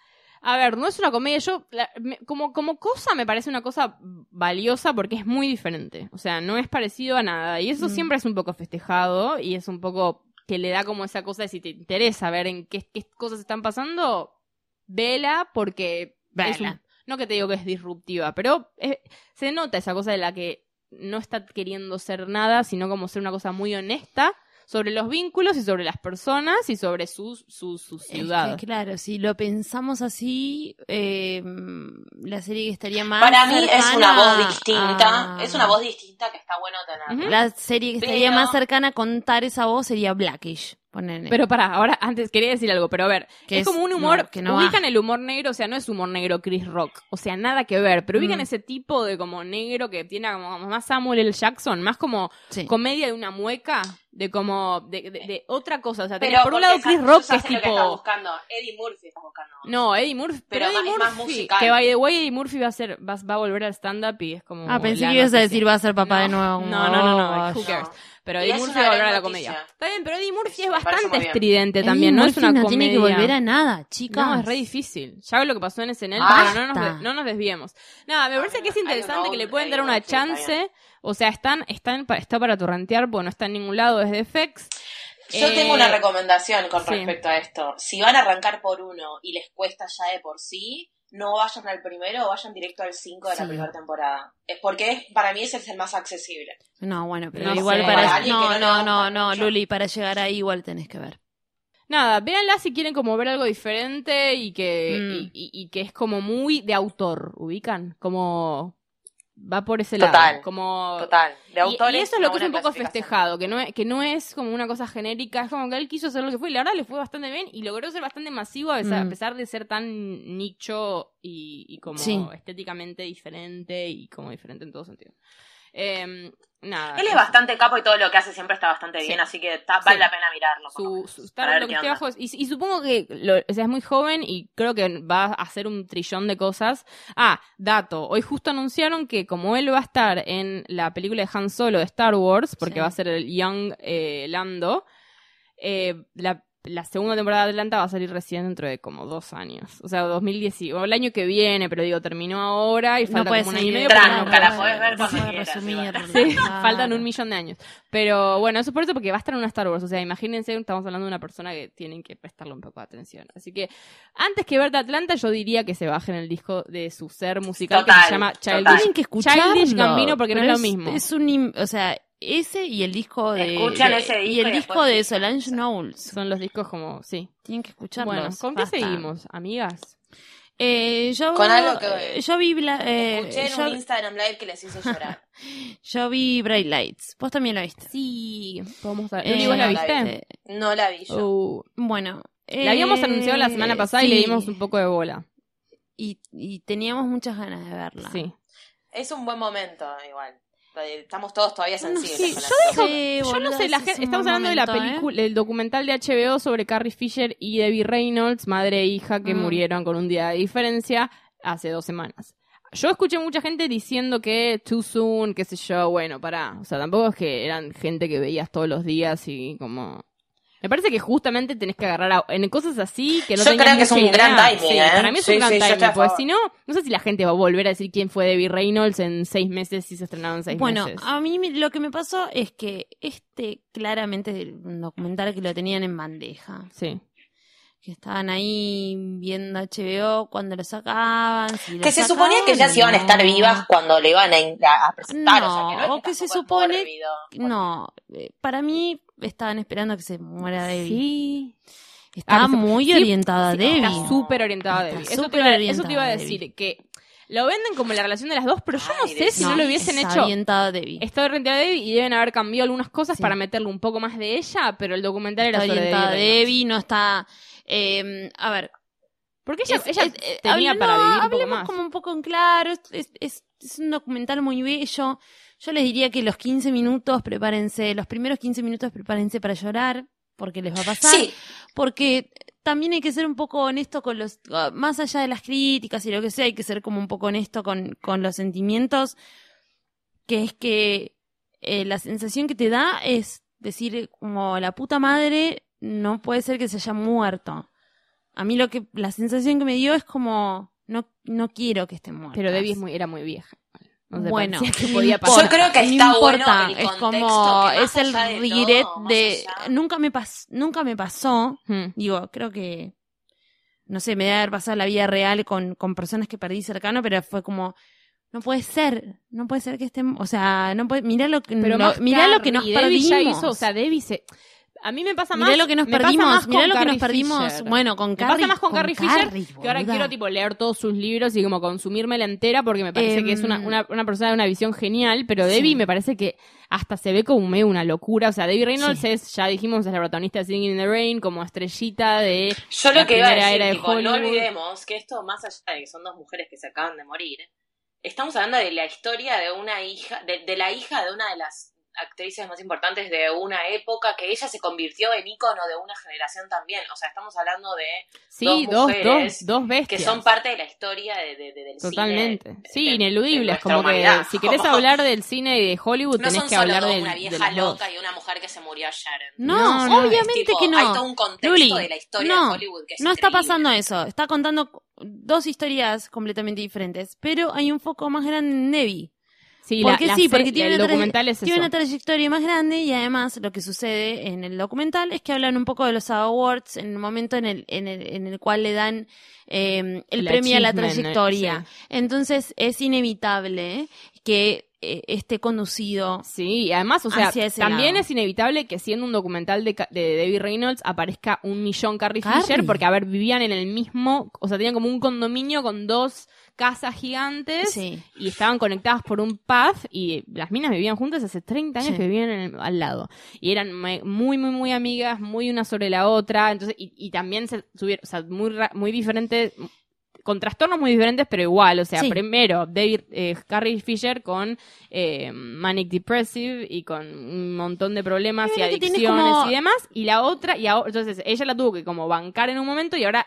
Speaker 3: A ver, no es una comedia, yo la- me- como, como cosa me parece una cosa valiosa porque es muy diferente, o sea, no es parecido a nada y eso
Speaker 2: Mm.
Speaker 3: siempre es un poco festejado y es un poco que le da como esa cosa de si te interesa ver en qué, qué cosas están pasando, vela porque es un-
Speaker 2: Vela.
Speaker 3: no que te digo que es disruptiva, pero es- se nota esa cosa de la que no está queriendo ser nada, sino como ser una cosa muy honesta sobre los vínculos y sobre las personas y sobre su, su, su
Speaker 2: Es que,
Speaker 3: ciudad.
Speaker 2: claro, si lo pensamos así, eh, la serie que estaría más.
Speaker 4: Para mí es una
Speaker 2: cercana
Speaker 4: voz distinta,
Speaker 2: a- ¿Mm?
Speaker 4: es una voz distinta que está bueno tener.
Speaker 3: Ujú.
Speaker 2: La serie que estaría
Speaker 4: Pero-
Speaker 2: más cercana a contar esa voz sería Blackish. Ponele.
Speaker 3: Pero para, ahora antes quería decir algo, pero a ver,
Speaker 2: Que
Speaker 3: es,
Speaker 2: es-
Speaker 3: como un humor,
Speaker 2: no, que no
Speaker 3: ubican el humor negro, o sea, no es humor negro Chris Rock, o sea, nada que ver, pero ubican
Speaker 2: Mm.
Speaker 3: ese tipo de como negro que tiene como más Samuel L. Jackson, más como
Speaker 2: Sí.
Speaker 3: comedia de una mueca. de como de, de- de otra cosa. O sea, tenés
Speaker 4: Pero
Speaker 3: por un
Speaker 4: porque
Speaker 3: lado
Speaker 4: esa-
Speaker 3: Chris
Speaker 4: yo
Speaker 3: Rock que
Speaker 4: ya
Speaker 3: es
Speaker 4: sé lo estás
Speaker 3: tipo
Speaker 4: buscando. Eddie Murphy está buscando.
Speaker 3: no, Eddie Murphy, pero,
Speaker 4: Pero
Speaker 3: Eddie
Speaker 4: es más
Speaker 3: Murphy,
Speaker 4: musical.
Speaker 3: que by the way Eddie Murphy va a ser va, va a volver al stand up y es como
Speaker 2: Ah, pensé
Speaker 3: la
Speaker 2: que ibas a
Speaker 3: noticia.
Speaker 2: decir va a ser papá
Speaker 3: No,
Speaker 2: de nuevo.
Speaker 3: No, no, no, no,
Speaker 2: Ay,
Speaker 3: who cares. Pero
Speaker 4: Y
Speaker 3: Eddie
Speaker 4: es
Speaker 3: Murphy
Speaker 4: una
Speaker 3: va a volver a
Speaker 4: gran
Speaker 3: la
Speaker 4: noticia.
Speaker 3: comedia. Está bien, pero Eddie
Speaker 4: Me
Speaker 3: Murphy es
Speaker 4: parece
Speaker 3: bastante
Speaker 4: muy bien.
Speaker 3: estridente
Speaker 2: Eddie
Speaker 3: también, no es
Speaker 2: Murphy
Speaker 3: una
Speaker 2: no
Speaker 3: comedia.
Speaker 2: tiene que volver a nada, chicas.
Speaker 3: No, es re difícil. Ya lo que pasó en SNL,
Speaker 4: Basta.
Speaker 3: pero no nos, no nos desviemos. Nada, me
Speaker 4: Ah,
Speaker 3: parece que es
Speaker 4: hay un
Speaker 3: interesante que
Speaker 4: round,
Speaker 3: le pueden
Speaker 4: hay
Speaker 3: dar
Speaker 4: un
Speaker 3: una
Speaker 4: round, sí, está
Speaker 3: chance. O sea, están, están pa- está para torrentear, porque no está en ningún lado desde FX.
Speaker 4: Yo
Speaker 3: Eh,
Speaker 4: tengo una recomendación con
Speaker 3: sí.
Speaker 4: respecto a esto. Si van a arrancar por uno y les cuesta ya de por sí, no vayan al primero o vayan directo al 5 de
Speaker 2: Sí.
Speaker 4: la primera temporada. Es porque es- para mí ese es el más accesible.
Speaker 2: No, bueno, pero
Speaker 3: No
Speaker 2: igual
Speaker 3: sé. Para
Speaker 2: para...
Speaker 4: alguien
Speaker 2: No, no,
Speaker 4: que no le
Speaker 2: no,
Speaker 4: gusta
Speaker 2: no,
Speaker 4: mucho.
Speaker 2: Luli, para llegar ahí igual tenés que ver.
Speaker 3: Nada, véanla si quieren como ver algo diferente y que,
Speaker 2: Mm.
Speaker 3: y, y- y que es como muy de autor, ubican, como va por ese lado.
Speaker 4: Total.
Speaker 3: Como
Speaker 4: Total. De
Speaker 3: Y-
Speaker 4: autores.
Speaker 3: y, eso es lo que es un poco festejado, que no, es- que no es como una cosa genérica, es como que él quiso hacer lo que fue y la verdad le fue bastante bien y logró ser bastante masivo a pesar,
Speaker 2: Mm.
Speaker 3: a pesar de ser tan nicho y, y como
Speaker 2: Sí.
Speaker 3: estéticamente diferente y como diferente en todo sentido. Em, nada.
Speaker 4: Él es
Speaker 3: eso.
Speaker 4: bastante capo y todo lo que hace siempre está bastante
Speaker 3: Sí.
Speaker 4: bien, así que está- vale
Speaker 3: Sí.
Speaker 4: la pena mirarlo. por lo
Speaker 3: Su,
Speaker 4: menos,
Speaker 3: su- está
Speaker 4: para ver
Speaker 3: lo que
Speaker 4: qué
Speaker 3: esté
Speaker 4: onda.
Speaker 3: bajo es- y, y supongo que lo- o sea, es muy joven y creo que va a hacer un trillón de cosas. Ah, dato. Hoy justo anunciaron que como él va a estar en la película de Han Solo de Star Wars, porque
Speaker 2: Sí.
Speaker 3: va a ser el Young eh, Lando, eh, la, la segunda temporada de Atlanta va a salir recién dentro de como dos años. O sea, 2010, o el año que viene, pero digo, terminó ahora y
Speaker 2: No
Speaker 3: falta
Speaker 2: puede
Speaker 3: como un
Speaker 2: ser.
Speaker 3: año y medio.
Speaker 4: Tranca,
Speaker 3: porque no
Speaker 4: la
Speaker 3: puede-
Speaker 4: podés ver cuando
Speaker 2: puede
Speaker 4: quieras,
Speaker 2: resumir,
Speaker 4: igual.
Speaker 3: Sí,
Speaker 2: claro.
Speaker 3: faltan un millón de años. Pero bueno, eso por eso, porque va a estar en una Star Wars. O sea, imagínense, estamos hablando de una persona que tienen que prestarle un poco de atención. Así que, antes que ver de Atlanta, yo diría que se bajen el disco de su ser musical que se
Speaker 4: Total,
Speaker 3: llama
Speaker 4: total.
Speaker 3: Childish.
Speaker 2: Tienen que escucharlo.
Speaker 3: Ah. Childish Gambino, porque no
Speaker 2: pero
Speaker 3: es lo mismo.
Speaker 2: Es un, im- o sea, ese y el disco de
Speaker 4: Escuchan
Speaker 2: de-
Speaker 4: ese
Speaker 2: y
Speaker 4: disco
Speaker 2: el
Speaker 4: y
Speaker 2: disco
Speaker 4: después
Speaker 2: de
Speaker 4: dicen,
Speaker 2: Solange
Speaker 4: sí.
Speaker 2: Knowles.
Speaker 3: Son los discos como, sí.
Speaker 2: Tienen que escucharlos.
Speaker 3: Bueno, ¿con qué
Speaker 2: basta.
Speaker 3: seguimos, amigas?
Speaker 2: Eh, yo,
Speaker 4: Con algo que-
Speaker 2: eh, yo vi Bla- eh,
Speaker 4: Escuché en
Speaker 2: yo,
Speaker 4: un Instagram Live que les hizo llorar.
Speaker 2: yo vi Bright Lights. Vos también la viste.
Speaker 3: Sí. Vamos a...
Speaker 2: Eh,
Speaker 3: Luli, ¿vos la
Speaker 4: la
Speaker 3: viste?
Speaker 2: Eh,
Speaker 4: No la vi yo.
Speaker 3: Uh,
Speaker 2: bueno.
Speaker 3: la habíamos
Speaker 2: eh,
Speaker 3: anunciado la semana pasada y le
Speaker 2: sí.
Speaker 3: dimos un poco de bola.
Speaker 2: Y, y teníamos muchas ganas de verla.
Speaker 3: Sí.
Speaker 4: Es un buen momento, igual. Estamos todos todavía
Speaker 2: No,
Speaker 4: sensibles.
Speaker 3: sí,
Speaker 4: con la
Speaker 3: yo
Speaker 4: situación.
Speaker 2: Sí,
Speaker 3: Yo no
Speaker 2: boluda,
Speaker 3: sé, la
Speaker 2: ese
Speaker 3: gen-
Speaker 2: es un
Speaker 3: estamos
Speaker 2: buen
Speaker 3: hablando de la
Speaker 2: momento, ¿eh?
Speaker 3: película, el documental de HBO sobre Carrie Fisher y Debbie Reynolds, madre e hija que
Speaker 2: Mm.
Speaker 3: murieron con un día de diferencia hace dos semanas. Yo escuché mucha gente diciendo que too soon, qué sé yo, bueno, pará. O sea, tampoco es que eran gente que veías todos los días y como... Me parece que justamente tenés que agarrar a- en cosas así que no
Speaker 4: Yo
Speaker 3: tengas
Speaker 4: creo que es
Speaker 3: mucha
Speaker 4: un gran
Speaker 3: idea.
Speaker 4: timing,
Speaker 3: Sí,
Speaker 4: ¿eh?
Speaker 3: Para mí es
Speaker 4: Sí,
Speaker 3: un gran
Speaker 4: sí, yo estoy a
Speaker 3: timing, pues
Speaker 4: favor.
Speaker 3: si no, no sé si la gente va a volver a decir quién fue Debbie Reynolds en seis meses si se estrenaba en seis
Speaker 2: Bueno,
Speaker 3: meses.
Speaker 2: a mí me- lo que me pasó es que este claramente es un documental que lo tenían en bandeja,
Speaker 3: Sí.
Speaker 2: que estaban ahí viendo HBO cuando lo sacaban. si lo
Speaker 4: Que se
Speaker 2: sacaban,
Speaker 4: suponía que ya se iban a estar
Speaker 2: no.
Speaker 4: vivas cuando le iban a, in- a- a presentar.
Speaker 2: No,
Speaker 4: o sea, que no es
Speaker 2: o que se
Speaker 4: tampoco es
Speaker 2: supone-
Speaker 4: mórbido.
Speaker 2: No, eh, para mí estaban esperando que se muera Debbie.
Speaker 3: Sí.
Speaker 2: Estaba
Speaker 3: Ah, que se-
Speaker 2: muy
Speaker 3: sí,
Speaker 2: orientada
Speaker 3: Sí,
Speaker 2: a Ah, Debbie.
Speaker 3: Está súper orientada a
Speaker 2: Está
Speaker 3: Debbie. Eso te,
Speaker 2: súper
Speaker 3: iba, eso
Speaker 2: orientada
Speaker 3: te iba a
Speaker 2: a
Speaker 3: decir, que lo venden como la relación de las dos, pero yo no
Speaker 4: Ay,
Speaker 3: sé si
Speaker 4: Debbie.
Speaker 3: no, lo hubiesen
Speaker 2: está
Speaker 3: hecho.
Speaker 2: orientada a Debbie.
Speaker 3: Está orientada a Debbie y deben haber cambiado algunas cosas
Speaker 2: Sí.
Speaker 3: para meterle un poco más de ella, pero el documental
Speaker 2: Está
Speaker 3: era sobre
Speaker 2: orientada a
Speaker 3: Debbie. Reynolds.
Speaker 2: Debbie, no está... eh, a ver,
Speaker 3: Porque ella,
Speaker 2: Es-
Speaker 3: ella
Speaker 2: es- eh,
Speaker 3: tenía
Speaker 2: habl-
Speaker 3: para
Speaker 2: no,
Speaker 3: vivir un poco
Speaker 2: hablemos
Speaker 3: más.
Speaker 2: como un poco en claro, es, es- es- es un documental muy bello. Yo les diría que los 15 minutos, prepárense, los primeros 15 minutos prepárense para llorar, porque les va a pasar.
Speaker 4: Sí,
Speaker 2: Porque también hay que ser un poco honesto con los, ah, más allá de las críticas y lo que sea, hay que ser como un poco honesto con, con los sentimientos, que es que eh, la sensación que te da es decir, como la puta madre, no puede ser que se haya muerto. A mí lo que, la sensación que me dio es como, no, no quiero que esté muerta.
Speaker 3: Pero Debbie es muy, era muy vieja. No sé,
Speaker 2: Bueno,
Speaker 3: parecía que
Speaker 2: no
Speaker 3: podía
Speaker 2: importa,
Speaker 3: pasar.
Speaker 4: yo creo que
Speaker 2: no
Speaker 4: está
Speaker 2: importa,
Speaker 4: bueno el
Speaker 2: es
Speaker 4: contexto,
Speaker 2: como,
Speaker 4: que más
Speaker 2: es el
Speaker 4: allá de todo,
Speaker 2: regret
Speaker 4: más
Speaker 2: de,
Speaker 4: allá.
Speaker 2: nunca me pas, nunca me pasó,
Speaker 3: Hmm.
Speaker 2: Digo, creo que, no sé, me debe haber pasado la vida real con, con personas que perdí cercano, pero fue como, no puede ser, no puede ser que estén, o sea, no puede, mirá lo que,
Speaker 3: Pero
Speaker 2: lo,
Speaker 3: más
Speaker 2: mirá lo que
Speaker 3: Carrie,
Speaker 2: nos
Speaker 3: Debbie
Speaker 2: perdimos.
Speaker 3: ya hizo, o sea, Debbie se... A mí me pasa más...
Speaker 2: mirá lo que nos
Speaker 3: me pasa más
Speaker 2: perdimos,
Speaker 3: con
Speaker 2: mirá lo que nos
Speaker 3: Carrie
Speaker 2: perdimos,
Speaker 3: Fisher.
Speaker 2: bueno, con
Speaker 3: pasa
Speaker 2: Carrie.
Speaker 3: más con Carrie Fisher, Que ahora
Speaker 2: boluda.
Speaker 3: quiero tipo leer todos sus libros y como consumírmela entera porque me parece
Speaker 2: Em,
Speaker 3: que es una, una, una persona de una visión genial, pero
Speaker 2: sí.
Speaker 3: Debbie me parece que hasta se ve como medio una locura. O sea, Debbie Reynolds
Speaker 2: Sí.
Speaker 3: es, ya dijimos, es la protagonista de Singing in the Rain, como estrellita de...
Speaker 4: Yo
Speaker 3: La
Speaker 4: lo que iba a
Speaker 3: primera
Speaker 4: decir,
Speaker 3: era de
Speaker 4: tipo, no
Speaker 3: Hollywood.
Speaker 4: olvidemos que esto, más allá de que son dos mujeres que se acaban de morir, estamos hablando de la historia de una hija, de, de la hija de una de las actrices más importantes de una época que ella se convirtió en ícono de una generación también. O sea, estamos hablando de
Speaker 3: Sí,
Speaker 4: Dos
Speaker 3: dos, dos,
Speaker 4: mujeres
Speaker 3: dos bestias.
Speaker 4: que son parte de la historia de, de- de- del
Speaker 3: Totalmente.
Speaker 4: cine.
Speaker 3: sí,
Speaker 4: de- de- de
Speaker 3: ineludibles.
Speaker 4: nuestra
Speaker 3: Como que
Speaker 4: humanidad.
Speaker 3: si querés
Speaker 4: Como-
Speaker 3: hablar del cine y de Hollywood,
Speaker 4: No
Speaker 3: tenés
Speaker 4: son
Speaker 3: que
Speaker 4: solo
Speaker 3: hablar
Speaker 4: dos,
Speaker 3: del,
Speaker 4: una
Speaker 3: de
Speaker 4: vieja
Speaker 3: las dos.
Speaker 4: loca y una mujer que se murió ayer.
Speaker 2: No,
Speaker 3: No, no,
Speaker 2: obviamente
Speaker 4: Es tipo,
Speaker 2: que no.
Speaker 4: Hay todo un contexto
Speaker 2: Luli,
Speaker 4: de la historia
Speaker 2: no,
Speaker 4: de Hollywood que es
Speaker 2: No está
Speaker 4: increíble.
Speaker 2: pasando eso. Está contando dos historias completamente diferentes. Pero hay un foco más grande en Nevi.
Speaker 3: Sí,
Speaker 2: Porque
Speaker 3: la, la
Speaker 2: sí,
Speaker 3: se-
Speaker 2: porque tiene
Speaker 3: el
Speaker 2: una tra-
Speaker 3: documental es
Speaker 2: Tiene
Speaker 3: eso.
Speaker 2: una trayectoria más grande y además lo que sucede en el documental es que hablan un poco de los awards en el momento en el, en el, en el cual le dan eh, el premio a la
Speaker 3: achievement, eh,
Speaker 2: trayectoria. Entonces es inevitable que eh, esté conducido.
Speaker 3: Sí, Sí, y además, o sea,
Speaker 2: Hacia ese
Speaker 3: también
Speaker 2: lado.
Speaker 3: es inevitable que siendo un documental de, Ca- de Debbie Reynolds aparezca un millón Carrie,
Speaker 2: Carrie.
Speaker 3: Fisher, porque, a ver, vivían en el mismo, o sea, tenían como un condominio con dos casas gigantes
Speaker 2: Sí.
Speaker 3: y estaban conectadas por un path y las minas vivían juntas hace 30 años
Speaker 2: Sí.
Speaker 3: que vivían en el- al lado. Y eran me- muy, muy, muy amigas, muy una sobre la otra, entonces, y, y también se tuvieron, o sea, muy, ra- muy diferentes, con trastornos muy diferentes, pero igual, o sea,
Speaker 2: Sí.
Speaker 3: primero David, eh, Carrie Fisher con eh, Manic Depressive y con un montón de problemas
Speaker 2: Y
Speaker 3: y
Speaker 2: ahora que tienes
Speaker 3: adicciones
Speaker 2: como-
Speaker 3: y demás, y la otra, y ahora, entonces ella la tuvo que como bancar en un momento y ahora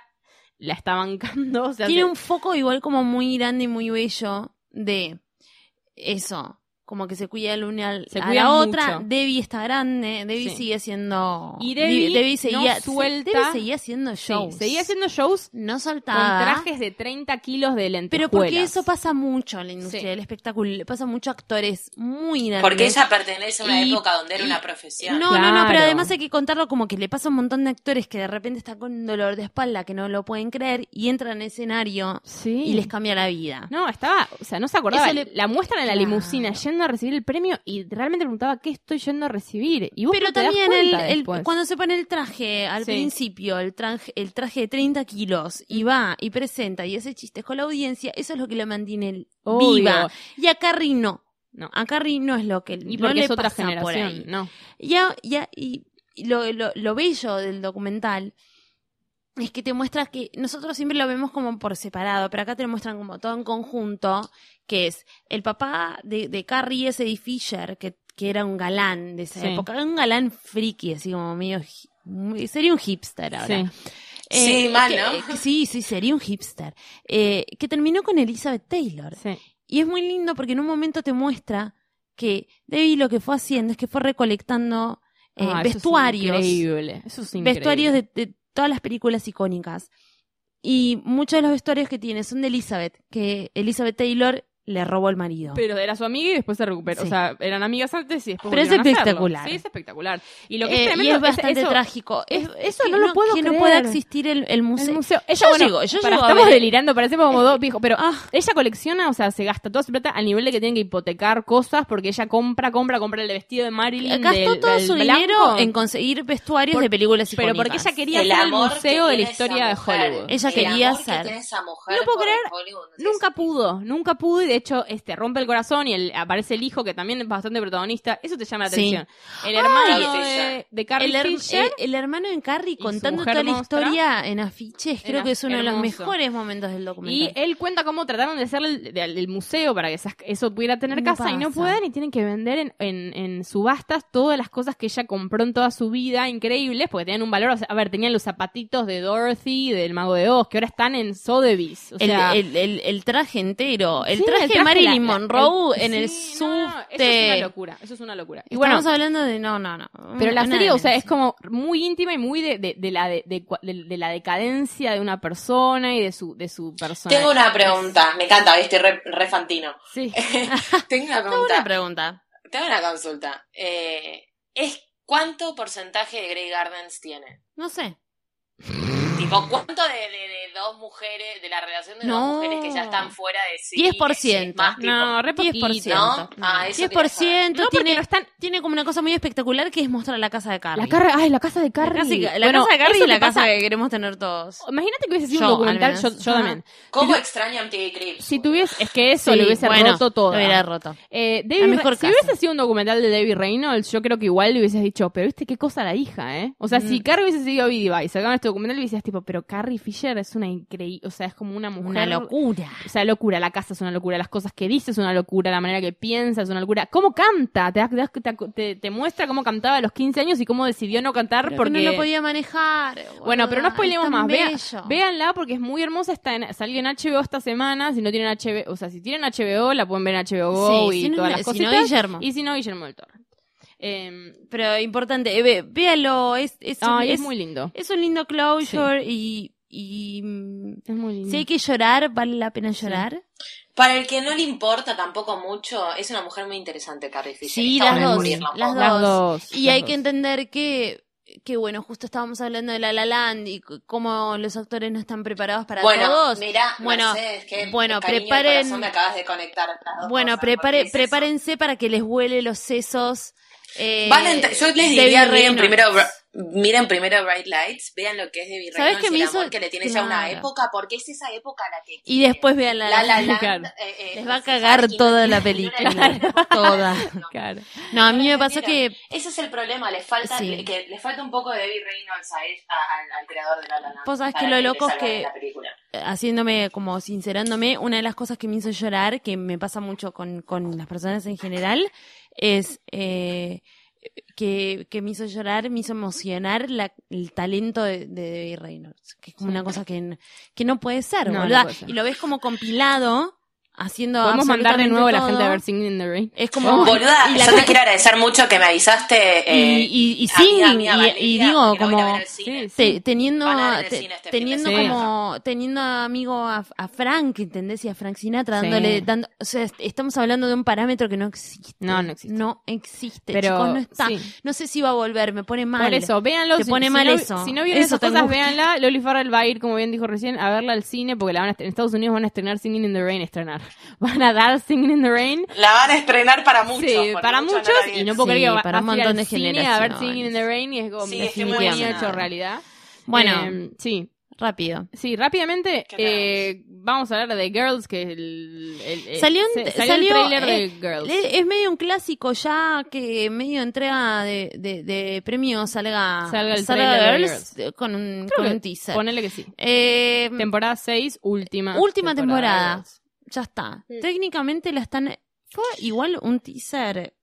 Speaker 3: la está bancando, o sea,
Speaker 2: Tiene
Speaker 3: se-
Speaker 2: un foco igual como muy grande y muy bello de eso. Como que se cuida la una al-
Speaker 3: Se
Speaker 2: a
Speaker 3: cuidan
Speaker 2: la otra.
Speaker 3: mucho.
Speaker 2: Debbie está grande. Debbie
Speaker 3: Sí.
Speaker 2: sigue siendo.
Speaker 3: Y Debbie
Speaker 2: Di-
Speaker 3: no
Speaker 2: seguía,
Speaker 3: suelta-
Speaker 2: Debbie seguía haciendo
Speaker 3: sí,
Speaker 2: shows.
Speaker 3: seguía haciendo shows
Speaker 2: No
Speaker 3: con
Speaker 2: soltaba.
Speaker 3: trajes de 30 kilos de lentejuelas.
Speaker 2: Ah. Pero porque eso pasa mucho en la industria
Speaker 3: Sí.
Speaker 2: del espectáculo. Le pasa mucho a actores muy grandes.
Speaker 4: Porque ella pertenece a una
Speaker 2: Y-
Speaker 4: época donde era
Speaker 2: y-
Speaker 4: una profesión.
Speaker 2: No, no, no, pero
Speaker 3: Claro.
Speaker 2: además hay que contarlo como que le pasa a un montón de actores que de repente están con un dolor de espalda que no lo pueden creer y entran en escenario
Speaker 3: Sí.
Speaker 2: y les cambia la vida.
Speaker 3: No, estaba, o sea, no se acordaba.
Speaker 2: Eso le-
Speaker 3: La muestran en la
Speaker 2: Claro.
Speaker 3: limusina yendo a recibir el premio y realmente preguntaba qué estoy yendo a recibir. Y vos
Speaker 2: Pero
Speaker 3: no te das
Speaker 2: también el,
Speaker 3: cuenta
Speaker 2: el-
Speaker 3: después.
Speaker 2: cuando se pone el traje al
Speaker 3: Sí. Mm.
Speaker 2: principio, el traje, el traje de 30 kilos, y va y presenta y hace chistes con la audiencia, eso es lo que lo mantiene el-
Speaker 3: Obvio.
Speaker 2: viva. Y a Carrie no.
Speaker 3: No.
Speaker 2: A Carrie no es lo que
Speaker 3: Y
Speaker 2: no
Speaker 3: porque
Speaker 2: le
Speaker 3: es otra
Speaker 2: pasa por
Speaker 3: generación,
Speaker 2: ahí.
Speaker 3: no.
Speaker 2: Y, a- y a- y lo, lo- lo bello del documental es que te muestra que nosotros siempre lo vemos como por separado, pero acá te lo muestran como todo en conjunto, que es el papá de, de Carrie S. D. Fisher, que, que era un galán de esa
Speaker 3: Sí.
Speaker 2: época, un galán friki, así como medio... hi- muy- Sería un hipster ahora. Eh,
Speaker 3: Sí.
Speaker 4: Sí, mal,
Speaker 2: que-
Speaker 4: ¿no?
Speaker 2: que sí, sí, sería un hipster. Eh, que terminó con Elizabeth Taylor.
Speaker 3: sí.
Speaker 2: Y es muy lindo porque en un momento te muestra que Debbie lo que fue haciendo es que fue recolectando eh,
Speaker 3: Ah, eso es
Speaker 2: vestuarios.
Speaker 3: increíble. Eso es increíble.
Speaker 2: vestuarios de, de todas las películas icónicas. Y muchos de los vestuarios que tiene son de Elizabeth, que Elizabeth Taylor le robó al marido.
Speaker 3: Pero era su amiga y después se recuperó.
Speaker 2: Sí.
Speaker 3: O sea, eran amigas antes y después
Speaker 2: Pero es
Speaker 3: volvieron a hacerlo.
Speaker 2: espectacular.
Speaker 3: Sí, es espectacular. Y lo que
Speaker 2: Eh,
Speaker 3: es tremendo
Speaker 2: y es bastante
Speaker 3: eso-
Speaker 2: trágico. Es-
Speaker 3: eso
Speaker 2: que
Speaker 3: no lo puedo
Speaker 2: que no
Speaker 3: creer.
Speaker 2: pueda existir el, el museo.
Speaker 3: El museo. Ella,
Speaker 2: Yo
Speaker 3: bueno,
Speaker 2: llego, yo
Speaker 3: para-
Speaker 2: llego a
Speaker 3: estamos
Speaker 2: ver-
Speaker 3: delirando, parecemos como dos viejos, pero
Speaker 2: Ah.
Speaker 3: ella colecciona, o sea, se gasta toda su plata al nivel de que tienen que hipotecar cosas porque ella compra, compra, compra el vestido de Marilyn.
Speaker 2: Gastó
Speaker 3: del-
Speaker 2: todo
Speaker 3: del
Speaker 2: su
Speaker 3: blanco.
Speaker 2: dinero en conseguir vestuarios
Speaker 3: Por-
Speaker 2: de películas
Speaker 3: Pero
Speaker 2: icónicas.
Speaker 3: porque ella quería
Speaker 4: El
Speaker 3: hacer el
Speaker 4: amor que
Speaker 3: museo de la
Speaker 4: tiene esa
Speaker 3: historia de
Speaker 4: mujer.
Speaker 3: Hollywood.
Speaker 2: Ella
Speaker 4: El
Speaker 2: quería
Speaker 4: amor que
Speaker 2: ser.
Speaker 4: tiene esa mujer
Speaker 3: No puedo
Speaker 4: por
Speaker 3: creer,
Speaker 4: Hollywood, no sé
Speaker 3: Nunca
Speaker 4: si-
Speaker 3: pudo, nunca pudo y de hecho este rompe el corazón y el- aparece el hijo que también es bastante protagonista. Eso te llama la
Speaker 2: Sí.
Speaker 3: atención. El hermano
Speaker 4: Carrie
Speaker 3: de,
Speaker 4: Fisher.
Speaker 3: de Carrie
Speaker 2: el, her- eh,
Speaker 3: Fisher.
Speaker 2: el- el hermano de Carrie
Speaker 3: su
Speaker 2: contando
Speaker 3: mujer
Speaker 2: toda la
Speaker 3: monstrua.
Speaker 2: historia en afiches, creo
Speaker 3: Era
Speaker 2: que es uno de los
Speaker 3: hermoso.
Speaker 2: mejores momentos del documental.
Speaker 3: Y él cuenta cómo trataron de hacer el, de- el museo para que esas- eso pudiera tener
Speaker 2: No
Speaker 3: casa y no
Speaker 2: pasa.
Speaker 3: pueden y tienen que vender en, en- en subastas todas las cosas que ella compró en toda su vida, increíbles, porque tenían un valor. o sea, a ver, tenían los zapatitos de Dorothy, del Mago de Oz, que ahora están en Sotheby's. O
Speaker 2: el,
Speaker 3: sea,
Speaker 2: el- el- el traje entero, el
Speaker 3: sí,
Speaker 2: traje de
Speaker 3: la- la-
Speaker 2: Marilyn Monroe
Speaker 3: el-
Speaker 2: en el
Speaker 3: sí,
Speaker 2: subte.
Speaker 3: no, no, Eso es una locura, eso es una locura. Y bueno,
Speaker 2: Estamos hablando de no, no, no.
Speaker 3: pero la
Speaker 2: Una
Speaker 3: serie, o sea,
Speaker 2: demencia.
Speaker 3: es como muy íntima y muy de, de- de la, de, de cua- de- de la decadencia de una persona y de su, de su persona.
Speaker 4: Tengo una pregunta. Me encanta, viste, re, re fantino.
Speaker 3: Sí.
Speaker 4: Tengo una
Speaker 2: Tengo una
Speaker 4: pregunta.
Speaker 2: pregunta.
Speaker 4: Tengo una consulta. Eh, es ¿Cuánto porcentaje de Grey Gardens tiene?
Speaker 2: No sé.
Speaker 4: Tipo, ¿cuánto de, de- de dos mujeres, de la relación de
Speaker 2: No.
Speaker 4: dos mujeres que ya están fuera de sí?
Speaker 2: 10%.
Speaker 4: es Más, tipo,
Speaker 3: No, re poquito.
Speaker 2: 10%.
Speaker 4: ¿no? Ah, eso quería
Speaker 2: 10%
Speaker 4: saber.
Speaker 3: No, porque
Speaker 2: tiene,
Speaker 3: no están-
Speaker 2: tiene como una cosa muy espectacular que es mostrar la casa de Carrie.
Speaker 3: La, Carrie- ay, la casa de
Speaker 2: La
Speaker 3: Carrie.
Speaker 2: casa de- la
Speaker 3: Bueno,
Speaker 2: casa de Carrie
Speaker 3: eso
Speaker 2: y la
Speaker 3: te pasa-
Speaker 2: casa que queremos tener todos.
Speaker 3: Imagínate que hubiese sido
Speaker 2: Yo,
Speaker 3: un
Speaker 2: al
Speaker 3: documental, yo,
Speaker 2: menos.
Speaker 3: yo también.
Speaker 4: ¿Cómo extraña MTV Cribs?
Speaker 3: Si tuviese, es que eso
Speaker 2: Sí,
Speaker 3: lo hubiese
Speaker 2: bueno,
Speaker 3: roto todo.
Speaker 2: Lo hubiera roto.
Speaker 3: Eh, David
Speaker 2: La
Speaker 3: Re-
Speaker 2: mejor
Speaker 3: si
Speaker 2: casa.
Speaker 3: hubiese sido un documental de David Reynolds, yo creo que igual le hubieses dicho, pero viste qué cosa la hija, ¿eh? O sea, si
Speaker 2: Mm.
Speaker 3: Carrie hubiese seguido a Viva y sacaban este documental, le hubieses es tipo, pero Carrie Fisher es una increíble, o sea, es como una mujer.
Speaker 2: Una locura.
Speaker 3: O sea, locura, la casa es una locura, las cosas que dice es una locura, la manera que piensa es una locura. ¿Cómo canta? Te, das- te das- te- te- te muestra cómo cantaba a los 15 años y cómo decidió no cantar
Speaker 2: Pero que
Speaker 3: porque...
Speaker 2: no lo podía manejar.
Speaker 3: Bueno,
Speaker 2: boluda,
Speaker 3: pero no spoilemos
Speaker 2: es tan
Speaker 3: más. Vea-
Speaker 2: bello.
Speaker 3: véanla porque es muy hermosa. Está en, salió en HBO esta semana. Si no tienen HBO, o sea, si tienen HBO, la pueden ver en HBO Go
Speaker 2: Sí,
Speaker 3: y
Speaker 2: si no,
Speaker 3: todas
Speaker 2: no- si
Speaker 3: las
Speaker 2: no,
Speaker 3: cositas.
Speaker 2: Guillermo.
Speaker 3: Y si no, Guillermo del Toro. Eh,
Speaker 2: Pero importante, eh, ve- véalo, es, es,
Speaker 3: ay,
Speaker 2: es,
Speaker 3: es muy lindo.
Speaker 2: es un lindo closure y, y mm,
Speaker 3: Es muy lindo.
Speaker 2: si hay que llorar, vale la pena llorar.
Speaker 4: Para el que no le importa tampoco mucho, es una mujer muy interesante, Carrie Fisher.
Speaker 2: Sí,
Speaker 4: Está
Speaker 2: las
Speaker 4: buena de
Speaker 2: dos,
Speaker 4: morirla un
Speaker 2: las
Speaker 4: poco.
Speaker 2: dos.
Speaker 3: Las dos.
Speaker 2: Y
Speaker 3: las
Speaker 2: hay
Speaker 3: dos.
Speaker 2: que entender que, que, bueno, justo estábamos hablando de La La Land y c- cómo los actores no están preparados para
Speaker 4: bueno,
Speaker 2: todos.
Speaker 4: Mirá,
Speaker 2: Bueno,
Speaker 4: Mercedes, qué
Speaker 2: bueno,
Speaker 4: cariño de
Speaker 2: preparen-
Speaker 4: corazón me acabas de conectar. las dos
Speaker 2: Bueno,
Speaker 4: cosas,
Speaker 2: prepare-
Speaker 4: porque es eso.
Speaker 2: prepárense para que les huele los sesos. eh,
Speaker 4: Van a entrar- yo les
Speaker 2: de
Speaker 4: diría,
Speaker 2: Debbie
Speaker 4: miren
Speaker 2: Reynolds.
Speaker 4: primero, Bra- miren primero Bright Lights, vean lo que es de
Speaker 2: ¿Sabes
Speaker 4: Reynolds
Speaker 2: qué
Speaker 4: y
Speaker 2: me
Speaker 4: el
Speaker 2: hizo?
Speaker 4: amor que le tienes a una
Speaker 2: Claro.
Speaker 4: época, porque es esa época la que
Speaker 2: Y después vean La La
Speaker 4: la, la,
Speaker 2: Land.
Speaker 4: Land,
Speaker 3: Claro.
Speaker 4: eh, eh,
Speaker 2: Les va a
Speaker 4: Francis
Speaker 2: cagar
Speaker 4: Ford,
Speaker 2: toda la
Speaker 4: no-
Speaker 2: película.
Speaker 4: no la-
Speaker 2: Toda.
Speaker 4: No.
Speaker 3: Claro.
Speaker 2: No, a mí me
Speaker 4: Mira,
Speaker 2: pasó que
Speaker 4: Ese es el problema, les falta,
Speaker 2: Sí.
Speaker 4: le- que les falta un poco de Debbie Reynolds a él- a- al- al creador de La La Land
Speaker 2: Vos sabés que
Speaker 4: para
Speaker 2: lo
Speaker 4: le
Speaker 2: loco es
Speaker 4: salga bien
Speaker 2: que-
Speaker 4: la película.
Speaker 2: haciéndome como sincerándome, una de las cosas que me hizo llorar, que me pasa mucho con, con las personas en general, es eh, que, que me hizo llorar, me hizo emocionar la- el talento de, de Debbie Reynolds, que es como
Speaker 3: Sí.
Speaker 2: una cosa que, n- que no puede ser,
Speaker 3: No, no
Speaker 2: boluda.
Speaker 3: puede ser.
Speaker 2: Y lo ves como compilado, haciendo
Speaker 3: Podemos mandar de
Speaker 2: absolutamente
Speaker 3: nuevo a la
Speaker 2: todo.
Speaker 3: gente a ver Singing in the Rain.
Speaker 2: Es como...
Speaker 4: Boluda,
Speaker 2: y la
Speaker 4: yo te
Speaker 2: ca-
Speaker 4: quiero agradecer mucho que me avisaste. eh,
Speaker 2: y, y, y
Speaker 4: amiga
Speaker 2: singing,
Speaker 4: mía,
Speaker 2: y-
Speaker 4: Valeria,
Speaker 2: y digo
Speaker 4: porque la voy a
Speaker 2: como...
Speaker 4: ver al cine.
Speaker 3: Sí,
Speaker 2: Te- teniendo
Speaker 4: Van a ver el
Speaker 2: te-
Speaker 4: cine este fin de
Speaker 2: teniendo
Speaker 3: semana.
Speaker 2: como teniendo amigo a, a Frank entendés y a Frank Sinatra
Speaker 3: Sí.
Speaker 2: dándole dando o sea est- estamos hablando de un parámetro que no existe
Speaker 3: No, no existe.
Speaker 2: no existe
Speaker 3: Pero
Speaker 2: chicos no está
Speaker 3: sí.
Speaker 2: no sé si va a volver me pone mal
Speaker 3: Por eso, véanlo.
Speaker 2: Te
Speaker 3: si-
Speaker 2: pone
Speaker 3: si
Speaker 2: mal
Speaker 3: no,
Speaker 2: eso.
Speaker 3: Si no vieron
Speaker 2: Eso
Speaker 3: esas
Speaker 2: te
Speaker 3: cosas,
Speaker 2: angustia.
Speaker 3: véanla. Loli Farrell va a ir, como bien dijo recién, a verla al cine porque la van a, est- en Estados Unidos van a estrenar Singing in the Rain. Estrenar. Van a dar Singing in the Rain.
Speaker 4: La van a estrenar para muchos.
Speaker 3: sí,
Speaker 4: porque
Speaker 3: para
Speaker 4: muchos no
Speaker 3: muchos.
Speaker 4: la
Speaker 3: y
Speaker 4: vieron.
Speaker 3: no puedo
Speaker 2: Sí,
Speaker 3: creer que va-
Speaker 2: para un
Speaker 3: vas a ir
Speaker 2: montón
Speaker 3: al
Speaker 2: de
Speaker 3: cine a ver
Speaker 2: generaciones.
Speaker 3: Singing in the Rain y es como
Speaker 4: Sí, estoy muy
Speaker 3: definitivamente
Speaker 2: emocionada.
Speaker 3: hecho realidad.
Speaker 2: bueno
Speaker 3: Eh, sí.
Speaker 2: rápido
Speaker 3: Sí, rápidamente
Speaker 4: ¿Qué tenemos?
Speaker 3: eh, vamos a hablar de Girls, que el, el- el-
Speaker 2: Salió un-
Speaker 3: se-
Speaker 2: salió,
Speaker 3: el trailer
Speaker 2: eh,
Speaker 3: de Girls.
Speaker 2: Le- es medio un clásico ya que medio entrega de, de, de premio salga
Speaker 3: Salga el trailer de
Speaker 2: Girls, eh, con un, con
Speaker 3: que
Speaker 2: un teaser
Speaker 3: Ponele que sí.
Speaker 2: Eh,
Speaker 3: Temporada 6, última.
Speaker 2: Última Ah, temporada.
Speaker 3: de Girls.
Speaker 2: ya está
Speaker 3: Mm.
Speaker 2: técnicamente la están fue igual un teaser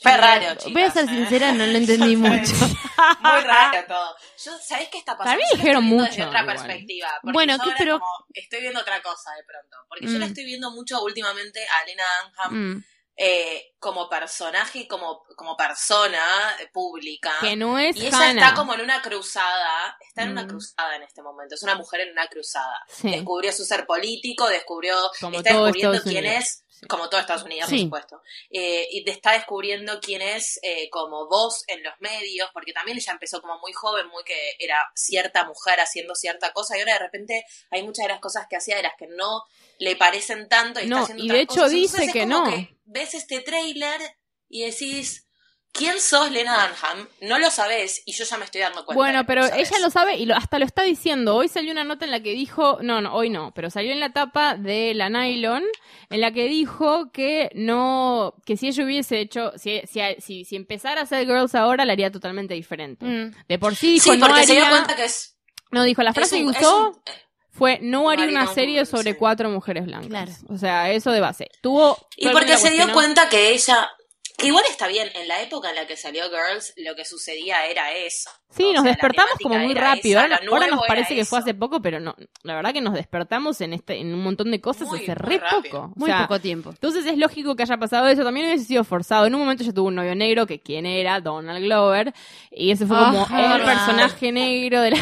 Speaker 4: Fue raro, chicas,
Speaker 2: Voy a ser
Speaker 4: ¿eh?
Speaker 2: sincera, no lo entendí mucho.
Speaker 4: Muy raro todo. Yo, ¿sabés qué está pasando?
Speaker 3: Para mí
Speaker 4: Yo lo
Speaker 3: dijeron
Speaker 4: estoy viendo desde
Speaker 3: mucho,
Speaker 4: otra
Speaker 3: igual.
Speaker 4: perspectiva. porque
Speaker 2: Bueno,
Speaker 4: yo
Speaker 2: ¿qué-
Speaker 4: ahora
Speaker 2: pero-
Speaker 4: como estoy viendo otra cosa de pronto. Porque yo la
Speaker 2: Mm.
Speaker 4: estoy viendo mucho últimamente a Elena Dunham
Speaker 2: Mm.
Speaker 4: eh, como personaje y como, como persona eh, pública.
Speaker 3: Que no es
Speaker 4: y ella
Speaker 3: Hannah.
Speaker 4: está como en una cruzada, está en una
Speaker 3: Mm.
Speaker 4: cruzada en este momento, es una mujer en una cruzada.
Speaker 3: Sí.
Speaker 4: Descubrió su ser político, descubrió,
Speaker 3: Como
Speaker 4: está
Speaker 3: todo
Speaker 4: descubriendo
Speaker 3: Estados
Speaker 4: quién
Speaker 3: Unidos.
Speaker 4: es,
Speaker 3: Sí.
Speaker 4: como todo Estados Unidos,
Speaker 2: Sí.
Speaker 4: por supuesto, Eh, y te está descubriendo quién es eh, como voz en los medios, porque también ella empezó como muy joven, muy que era cierta mujer haciendo cierta cosa, y ahora de repente hay muchas de las cosas que hacía de las que no le parecen tanto y
Speaker 3: No,
Speaker 4: está haciendo
Speaker 3: y de
Speaker 4: otras
Speaker 3: hecho
Speaker 4: cosas.
Speaker 3: dice
Speaker 4: Entonces es
Speaker 3: que
Speaker 4: como
Speaker 3: no.
Speaker 4: ves este tráiler y decís, ¿Quién sos Lena Dunham? No lo sabés y yo ya me estoy dando cuenta.
Speaker 3: Bueno,
Speaker 4: de que
Speaker 3: pero
Speaker 4: sabés.
Speaker 3: ella lo sabe y lo- hasta lo está diciendo. Hoy salió una nota en la que dijo, no, no, hoy no, pero salió en la tapa de la Nylon, en la que dijo que no, que si ella hubiese hecho, si, si, si, si empezara a hacer Girls ahora, la haría totalmente diferente.
Speaker 2: Mm.
Speaker 3: De por sí dijo,
Speaker 4: Sí,
Speaker 3: no
Speaker 4: porque se dio
Speaker 3: haría-
Speaker 4: cuenta que es.
Speaker 3: no, dijo, la
Speaker 4: es
Speaker 3: frase
Speaker 4: un-
Speaker 3: que
Speaker 4: es
Speaker 3: usó
Speaker 4: un-
Speaker 3: fue, no haría
Speaker 4: haría
Speaker 3: una
Speaker 4: un-
Speaker 3: serie sobre
Speaker 4: sí.
Speaker 3: cuatro mujeres blancas.
Speaker 2: Claro.
Speaker 3: O sea, eso de base. Tuvo...
Speaker 4: Y porque se dio
Speaker 3: cuestionó-
Speaker 4: cuenta que ella. Que igual está bien, en la época en la que salió Girls, lo que sucedía era eso.
Speaker 3: Sí,
Speaker 4: O sea,
Speaker 3: nos
Speaker 4: la
Speaker 3: despertamos
Speaker 4: temática
Speaker 3: como muy
Speaker 4: era
Speaker 3: rápido.
Speaker 4: esa,
Speaker 3: ahora,
Speaker 4: lo
Speaker 3: ahora
Speaker 4: nuevo
Speaker 3: nos
Speaker 4: era
Speaker 3: parece que fue
Speaker 4: eso.
Speaker 3: hace poco, pero no. La verdad que nos despertamos en este, en un montón de cosas
Speaker 4: Muy,
Speaker 3: hace
Speaker 4: muy
Speaker 3: re
Speaker 4: rápido.
Speaker 3: poco. O
Speaker 2: Muy
Speaker 3: sea,
Speaker 2: poco tiempo.
Speaker 3: Entonces es lógico que haya pasado eso. También hubiese sido forzado. En un momento yo tuve un novio negro, que quién era, Donald Glover. Y ese fue como
Speaker 2: Ajá.
Speaker 3: el personaje negro de la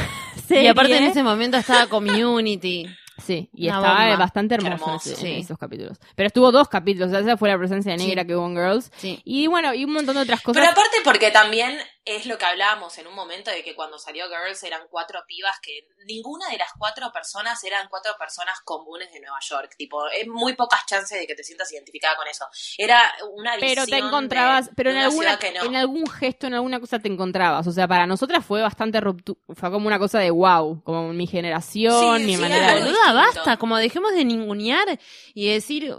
Speaker 3: serie.
Speaker 2: Y aparte en ese momento estaba Community.
Speaker 3: Sí, y
Speaker 2: Una
Speaker 3: estaba
Speaker 2: bomba.
Speaker 3: bastante hermoso,
Speaker 4: Hermoso.
Speaker 3: en, ese-
Speaker 2: Sí.
Speaker 3: en esos capítulos. Pero estuvo dos capítulos. O sea, esa fue la presencia negra que hubo en Girls.
Speaker 2: Sí.
Speaker 3: Y bueno, y un montón de otras cosas.
Speaker 4: Pero aparte, porque también es lo que hablábamos en un momento de que cuando salió Girls eran cuatro pibas que ninguna de las cuatro personas eran cuatro personas comunes de Nueva York. Tipo, es muy pocas chances de que te sientas identificada con eso. Era una visión.
Speaker 3: pero te
Speaker 4: de-
Speaker 3: encontrabas, pero
Speaker 4: de
Speaker 3: en
Speaker 4: una
Speaker 3: alguna,
Speaker 4: ciudad que no.
Speaker 3: en algún gesto, en alguna cosa te encontrabas. O sea, para nosotras fue bastante ruptura, fue como una cosa de wow, como mi generación,
Speaker 4: Sí,
Speaker 3: mi
Speaker 4: sí,
Speaker 3: manera
Speaker 2: La
Speaker 4: Era algo
Speaker 3: de.
Speaker 2: boluda,
Speaker 4: distinto.
Speaker 2: basta. Como dejemos de ningunear y decir,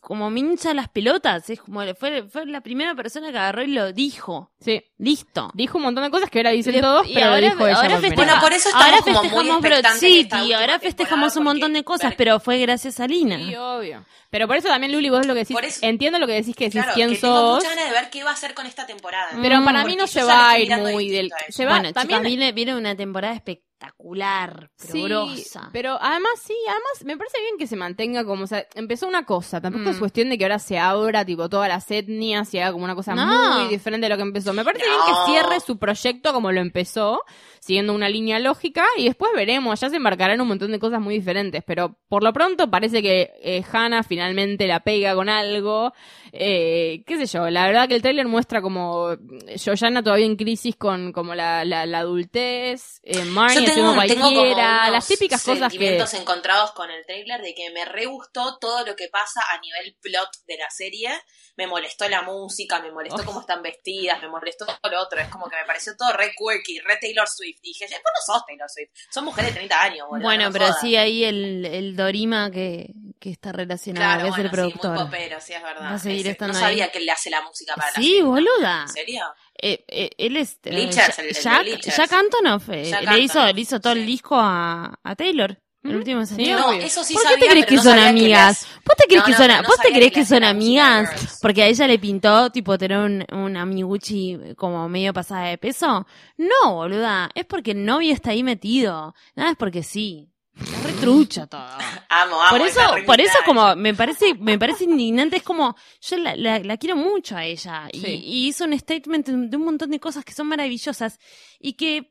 Speaker 2: como me hincha las pelotas. Es como fue, fue la primera persona que agarró y lo dijo.
Speaker 3: Sí.
Speaker 2: Listo.
Speaker 3: Dijo un montón de cosas que ahora dicen
Speaker 2: Y-
Speaker 3: todos,
Speaker 2: y
Speaker 3: pero
Speaker 2: ahora-
Speaker 3: dijo ella.
Speaker 2: ahora
Speaker 3: por primera
Speaker 2: festeja-
Speaker 3: vez.
Speaker 4: Bueno, por eso estamos
Speaker 2: ahora
Speaker 4: como muy
Speaker 2: festejamos Broad
Speaker 4: expectantes de
Speaker 2: City,
Speaker 4: esta última
Speaker 2: ahora festejamos un
Speaker 4: temporada,
Speaker 2: montón de
Speaker 4: porque-
Speaker 2: cosas, pero fue gracias a Lina.
Speaker 3: Sí, obvio. Pero por eso también, Luli, vos lo que decís,
Speaker 4: Por eso-
Speaker 3: entiendo lo que decís que decís
Speaker 4: Claro,
Speaker 3: quién
Speaker 4: que tengo
Speaker 3: sos,
Speaker 4: mucha ganas de ver qué va a hacer con esta temporada.
Speaker 3: Mm, pero para mí no
Speaker 4: Porque
Speaker 3: se
Speaker 4: yo ya
Speaker 3: va
Speaker 4: la
Speaker 3: a
Speaker 4: estoy
Speaker 3: ir
Speaker 4: mirando
Speaker 3: muy del...
Speaker 4: distinto a ella.
Speaker 3: Se va,
Speaker 2: bueno,
Speaker 3: también
Speaker 2: chicas, viene, viene una temporada espectacular, pero grosa.
Speaker 3: Pero además, sí, además me parece bien que se mantenga como. O sea, empezó una cosa. Tampoco
Speaker 2: Mm.
Speaker 3: es cuestión de que ahora se abra, tipo, todas las etnias y haga como una cosa
Speaker 2: No.
Speaker 3: muy diferente de lo que empezó. Me parece
Speaker 4: No.
Speaker 3: bien que cierre su proyecto como lo empezó, siguiendo una línea lógica. Y después veremos, ya se embarcarán un montón de cosas muy diferentes. Pero por lo pronto parece que eh, Hannah finalmente la pega con algo. Eh, qué sé yo, la verdad que el tráiler muestra como eh, Joyanna todavía en crisis con como la, la, la adultez, eh, Marnie haciendo
Speaker 4: como
Speaker 3: cualquiera,
Speaker 4: unos
Speaker 3: las típicas cosas que...
Speaker 4: sentimientos encontrados con el trailer de que me re gustó todo lo que pasa a nivel plot de la serie. Me molestó la música, me molestó
Speaker 3: Ay.
Speaker 4: cómo están vestidas, me molestó todo lo otro. Es como que me pareció todo re quirky, re Taylor Swift. Y dije, vos no sos Taylor Swift, son mujeres de 30 años, boludo,
Speaker 2: bueno,
Speaker 4: no me
Speaker 2: pero
Speaker 4: jodas".
Speaker 2: sí ahí el, el Dorima que, que está relacionado,
Speaker 4: Claro,
Speaker 2: que es
Speaker 4: bueno,
Speaker 2: el productor.
Speaker 4: Sí, muy popero, sí, es verdad.
Speaker 2: Va a seguir
Speaker 4: Ese-
Speaker 2: estando
Speaker 4: no
Speaker 2: ahí.
Speaker 4: sabía que le hace la música para la
Speaker 2: Sí,
Speaker 4: serie.
Speaker 2: boluda.
Speaker 4: ¿En serio?
Speaker 2: Eh, eh, él es eh,
Speaker 4: Bleachers,
Speaker 2: Ja-
Speaker 4: el- el de
Speaker 2: Jack,
Speaker 4: Bleachers.
Speaker 2: Jack Antonoff eh,
Speaker 4: Jack
Speaker 2: le hizo
Speaker 4: Antonoff,
Speaker 2: le hizo todo el
Speaker 4: sí.
Speaker 2: disco a, a Taylor el
Speaker 3: Ujú.
Speaker 2: último
Speaker 3: ¿Mm? Sí,
Speaker 2: sentido.
Speaker 4: No,
Speaker 3: obvio.
Speaker 4: eso sí
Speaker 2: ¿Por qué
Speaker 4: sabía,
Speaker 2: te crees
Speaker 4: pero
Speaker 2: que
Speaker 4: no
Speaker 2: son
Speaker 4: sabía que le
Speaker 2: amigas?
Speaker 4: hace-
Speaker 2: ¿Vos te crees
Speaker 4: No,
Speaker 2: que
Speaker 4: no,
Speaker 2: son,
Speaker 4: pero no
Speaker 2: vos te
Speaker 4: sabía
Speaker 2: crees
Speaker 4: que
Speaker 2: que
Speaker 4: le
Speaker 2: son
Speaker 4: hacían
Speaker 2: amigas?
Speaker 4: girls.
Speaker 2: Porque a ella le pintó tipo tener un, un amiguchi como medio pasada de peso. No, boluda, es porque el novio está ahí metido. Nada es porque sí. Es retrucho todo.
Speaker 4: Amo, amo.
Speaker 2: Por eso,
Speaker 4: está re
Speaker 2: por eso
Speaker 4: invitada
Speaker 2: como me parece, me parece indignante, es como, yo la, la- la quiero mucho a ella. Y,
Speaker 3: Sí.
Speaker 2: y hizo un statement de un montón de cosas que son maravillosas y que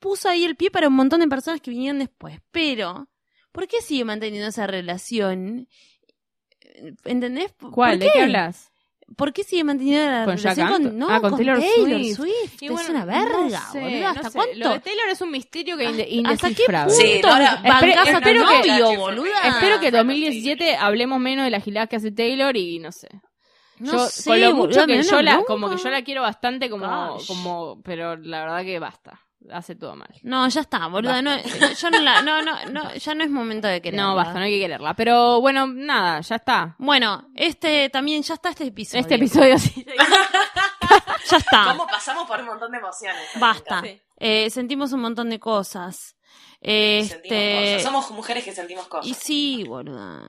Speaker 2: puso ahí el pie para un montón de personas que vinieron después. Pero, ¿por qué sigue manteniendo esa relación? ¿Entendés? ¿Por
Speaker 3: ¿Cuál?
Speaker 2: qué?
Speaker 3: ¿De qué hablas?
Speaker 2: ¿por qué sigue manteniendo la
Speaker 3: ¿Con Jack
Speaker 2: relación con,
Speaker 3: Anton-
Speaker 2: no,
Speaker 3: ah, con
Speaker 2: con Taylor,
Speaker 3: Taylor
Speaker 2: Swift?
Speaker 3: Swift.
Speaker 2: es una verga, boludo. ¿Hasta cuánto?
Speaker 3: Lo de Taylor es un misterio que inde-
Speaker 2: ¿Hasta qué punto
Speaker 3: indescifrable.
Speaker 4: Sí, no, ahora-
Speaker 2: bancás a tu
Speaker 3: espero que-
Speaker 2: novio,
Speaker 4: espero que-
Speaker 2: boluda?
Speaker 3: Espero que
Speaker 4: Ah,
Speaker 3: 2017 hablemos menos de la gilada que hace Taylor y no sé.
Speaker 2: No
Speaker 3: yo,
Speaker 2: sé,
Speaker 3: con lo mucho
Speaker 2: boluda, me
Speaker 3: que
Speaker 2: da
Speaker 3: yo
Speaker 2: una
Speaker 3: la,
Speaker 2: bronca.
Speaker 3: como que yo la quiero bastante como,
Speaker 2: Gosh.
Speaker 3: como, pero la verdad que basta. Hace todo mal.
Speaker 2: No, ya está, boluda. No, yo no la. No, no, no, ya no es momento de quererla.
Speaker 3: No, basta, no hay que quererla. Pero bueno, nada, ya está.
Speaker 2: Bueno, este también ya está este episodio.
Speaker 3: Este episodio sí.
Speaker 2: Ya está.
Speaker 4: ¿Cómo pasamos por un montón de emociones?
Speaker 2: Basta.
Speaker 3: Sí.
Speaker 2: Eh, sentimos un montón de cosas. Eh,
Speaker 4: Sentimos
Speaker 2: Este.
Speaker 4: cosas. Somos mujeres que sentimos cosas.
Speaker 2: Y sí, boluda.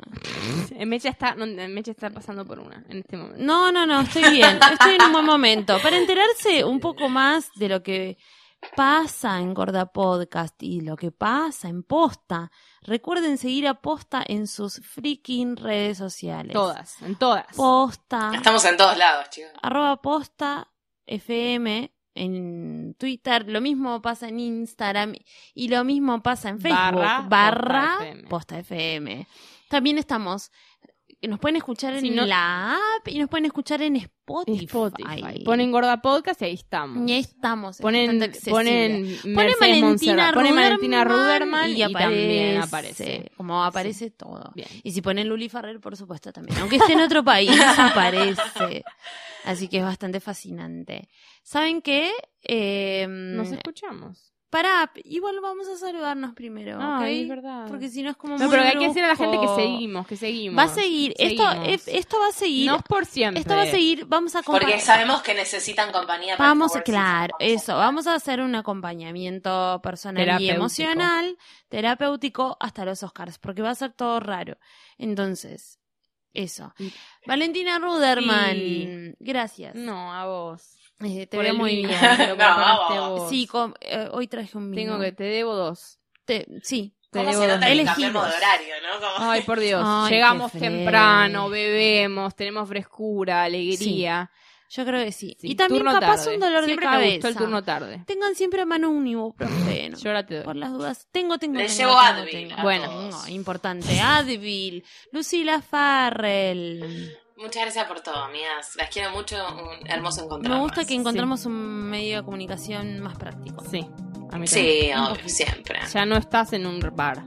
Speaker 3: Mecha está, no, Mecha está pasando por una en este momento.
Speaker 2: No, no, no, estoy bien. Estoy en un buen momento. Para enterarse un poco más de lo que pasa en Gorda Podcast y lo que pasa en Posta, recuerden seguir a Posta en sus freaking redes sociales.
Speaker 3: Todas, en todas.
Speaker 2: Posta.
Speaker 4: Estamos en todos lados, chicos.
Speaker 2: arroba posta FM en Twitter, lo mismo pasa en Instagram y lo mismo pasa en Facebook,
Speaker 3: Barra
Speaker 2: barra,
Speaker 3: Posta FM.
Speaker 2: posta FM. También estamos, nos pueden escuchar en
Speaker 3: Si no-
Speaker 2: la app y nos pueden escuchar en Spotify.
Speaker 3: Spotify. Ponen Gorda Podcast y ahí estamos.
Speaker 2: y ahí estamos. es
Speaker 3: ponen,
Speaker 2: bastante accesible.
Speaker 3: ponen, Mercedes
Speaker 2: Valentina
Speaker 3: Montserrat, ponen Valentina
Speaker 2: Ruderman
Speaker 3: Ruderman y, también aparece.
Speaker 2: Como aparece todo.
Speaker 3: Bien.
Speaker 2: Y si ponen Luli Farrell, por supuesto, también. Aunque esté en otro país, aparece. Así que es bastante fascinante. ¿Saben qué? Eh,
Speaker 3: Nos escuchamos.
Speaker 2: pará, igual vamos a saludarnos primero, ¿ok?
Speaker 3: Ay, es verdad.
Speaker 2: Porque si no es como
Speaker 3: no,
Speaker 2: muy
Speaker 3: pero hay que decir a la
Speaker 2: brusco.
Speaker 3: gente que seguimos, que seguimos.
Speaker 2: Va a seguir. Esto,
Speaker 3: Seguimos.
Speaker 2: es- esto va a seguir.
Speaker 3: No es por siempre.
Speaker 2: esto va a seguir. Vamos a
Speaker 4: Porque
Speaker 2: compartir.
Speaker 4: sabemos que necesitan compañía. para
Speaker 2: Vamos,
Speaker 4: poder
Speaker 2: claro,
Speaker 4: sentir
Speaker 2: eso, vamos a hacer un acompañamiento personal y
Speaker 3: Terapéutico.
Speaker 2: emocional, terapéutico hasta los Oscars, porque va a ser todo raro. Entonces, eso.
Speaker 3: Y-
Speaker 2: Valentina Ruderman,
Speaker 3: Sí.
Speaker 2: gracias.
Speaker 3: No, a vos.
Speaker 2: Eh, te
Speaker 3: Por
Speaker 2: veo
Speaker 3: el
Speaker 2: muy bien.
Speaker 3: vino, me lo
Speaker 4: No,
Speaker 3: compraste
Speaker 4: a vos.
Speaker 3: vos.
Speaker 2: Sí, com- eh, hoy traje un vino.
Speaker 3: Tengo que, te debo dos.
Speaker 2: Te- sí,
Speaker 3: Te
Speaker 4: ¿Cómo
Speaker 3: debo
Speaker 4: se
Speaker 3: dos.
Speaker 4: nota que
Speaker 2: Elegimos.
Speaker 4: cambiamos de horario, no? Como-
Speaker 3: Ay, por Dios.
Speaker 2: Ay, qué
Speaker 3: Llegamos
Speaker 2: fresco.
Speaker 3: temprano, bebemos, tenemos frescura, alegría.
Speaker 2: yo creo que sí.
Speaker 3: Sí,
Speaker 2: y también
Speaker 3: turno
Speaker 2: capaz
Speaker 3: tarde.
Speaker 2: un dolor
Speaker 3: Siempre
Speaker 2: de
Speaker 3: me
Speaker 2: cabeza.
Speaker 3: gustó el turno tarde.
Speaker 2: Tengan siempre a mano un ibuprofeno.
Speaker 3: Yo ahora te doy.
Speaker 2: Por las dudas, tengo, tengo,
Speaker 4: Les
Speaker 2: tengo,
Speaker 4: llevo
Speaker 2: tengo,
Speaker 4: Advil
Speaker 2: tengo.
Speaker 4: a
Speaker 2: Bueno,
Speaker 4: todos.
Speaker 2: no, importante. Advil, Lucila Farrell.
Speaker 4: Muchas gracias por todo, amigas. Las quiero mucho. Un hermoso encuentro.
Speaker 2: Me gusta que encontramos un medio de comunicación más práctico.
Speaker 3: Sí, a mí también.
Speaker 4: Sí, obvio, siempre.
Speaker 3: Ya no estás en un bar.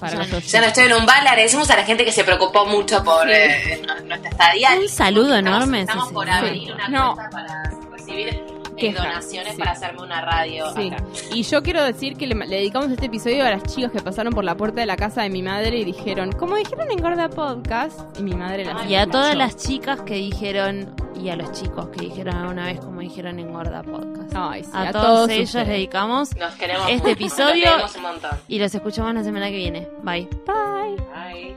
Speaker 3: Para
Speaker 2: Ya
Speaker 3: los
Speaker 2: no.
Speaker 3: oyentes.
Speaker 4: Ya no estoy en un bar, le agradecemos a la gente que se preocupó mucho por eh, nuestra estadía.
Speaker 2: Un saludo
Speaker 4: Estamos-
Speaker 2: enorme,
Speaker 4: Estamos
Speaker 2: sí,
Speaker 4: por
Speaker 2: sí.
Speaker 4: abrir una
Speaker 3: No.
Speaker 4: cuenta para recibir
Speaker 3: quejas.
Speaker 4: donaciones
Speaker 3: Sí.
Speaker 4: para hacerme una radio.
Speaker 3: Sí.
Speaker 4: acá.
Speaker 3: Y yo quiero decir que le, le dedicamos este episodio a las chicas que pasaron por la puerta de la casa de mi madre y dijeron, como dijeron en Gorda Podcast, y mi madre las
Speaker 2: Y a
Speaker 3: escuchó.
Speaker 2: todas las chicas que dijeron, y a los chicos que dijeron alguna vez, como dijeron en Gorda Podcast.
Speaker 3: Ay, sí,
Speaker 2: a,
Speaker 3: a,
Speaker 2: todos, ellos
Speaker 3: ustedes.
Speaker 2: dedicamos
Speaker 4: Nos queremos.
Speaker 2: Este
Speaker 4: nos
Speaker 2: episodio-
Speaker 4: queremos un montón.
Speaker 2: y los escuchamos la semana que viene. Bye.
Speaker 3: Bye.
Speaker 4: Ay.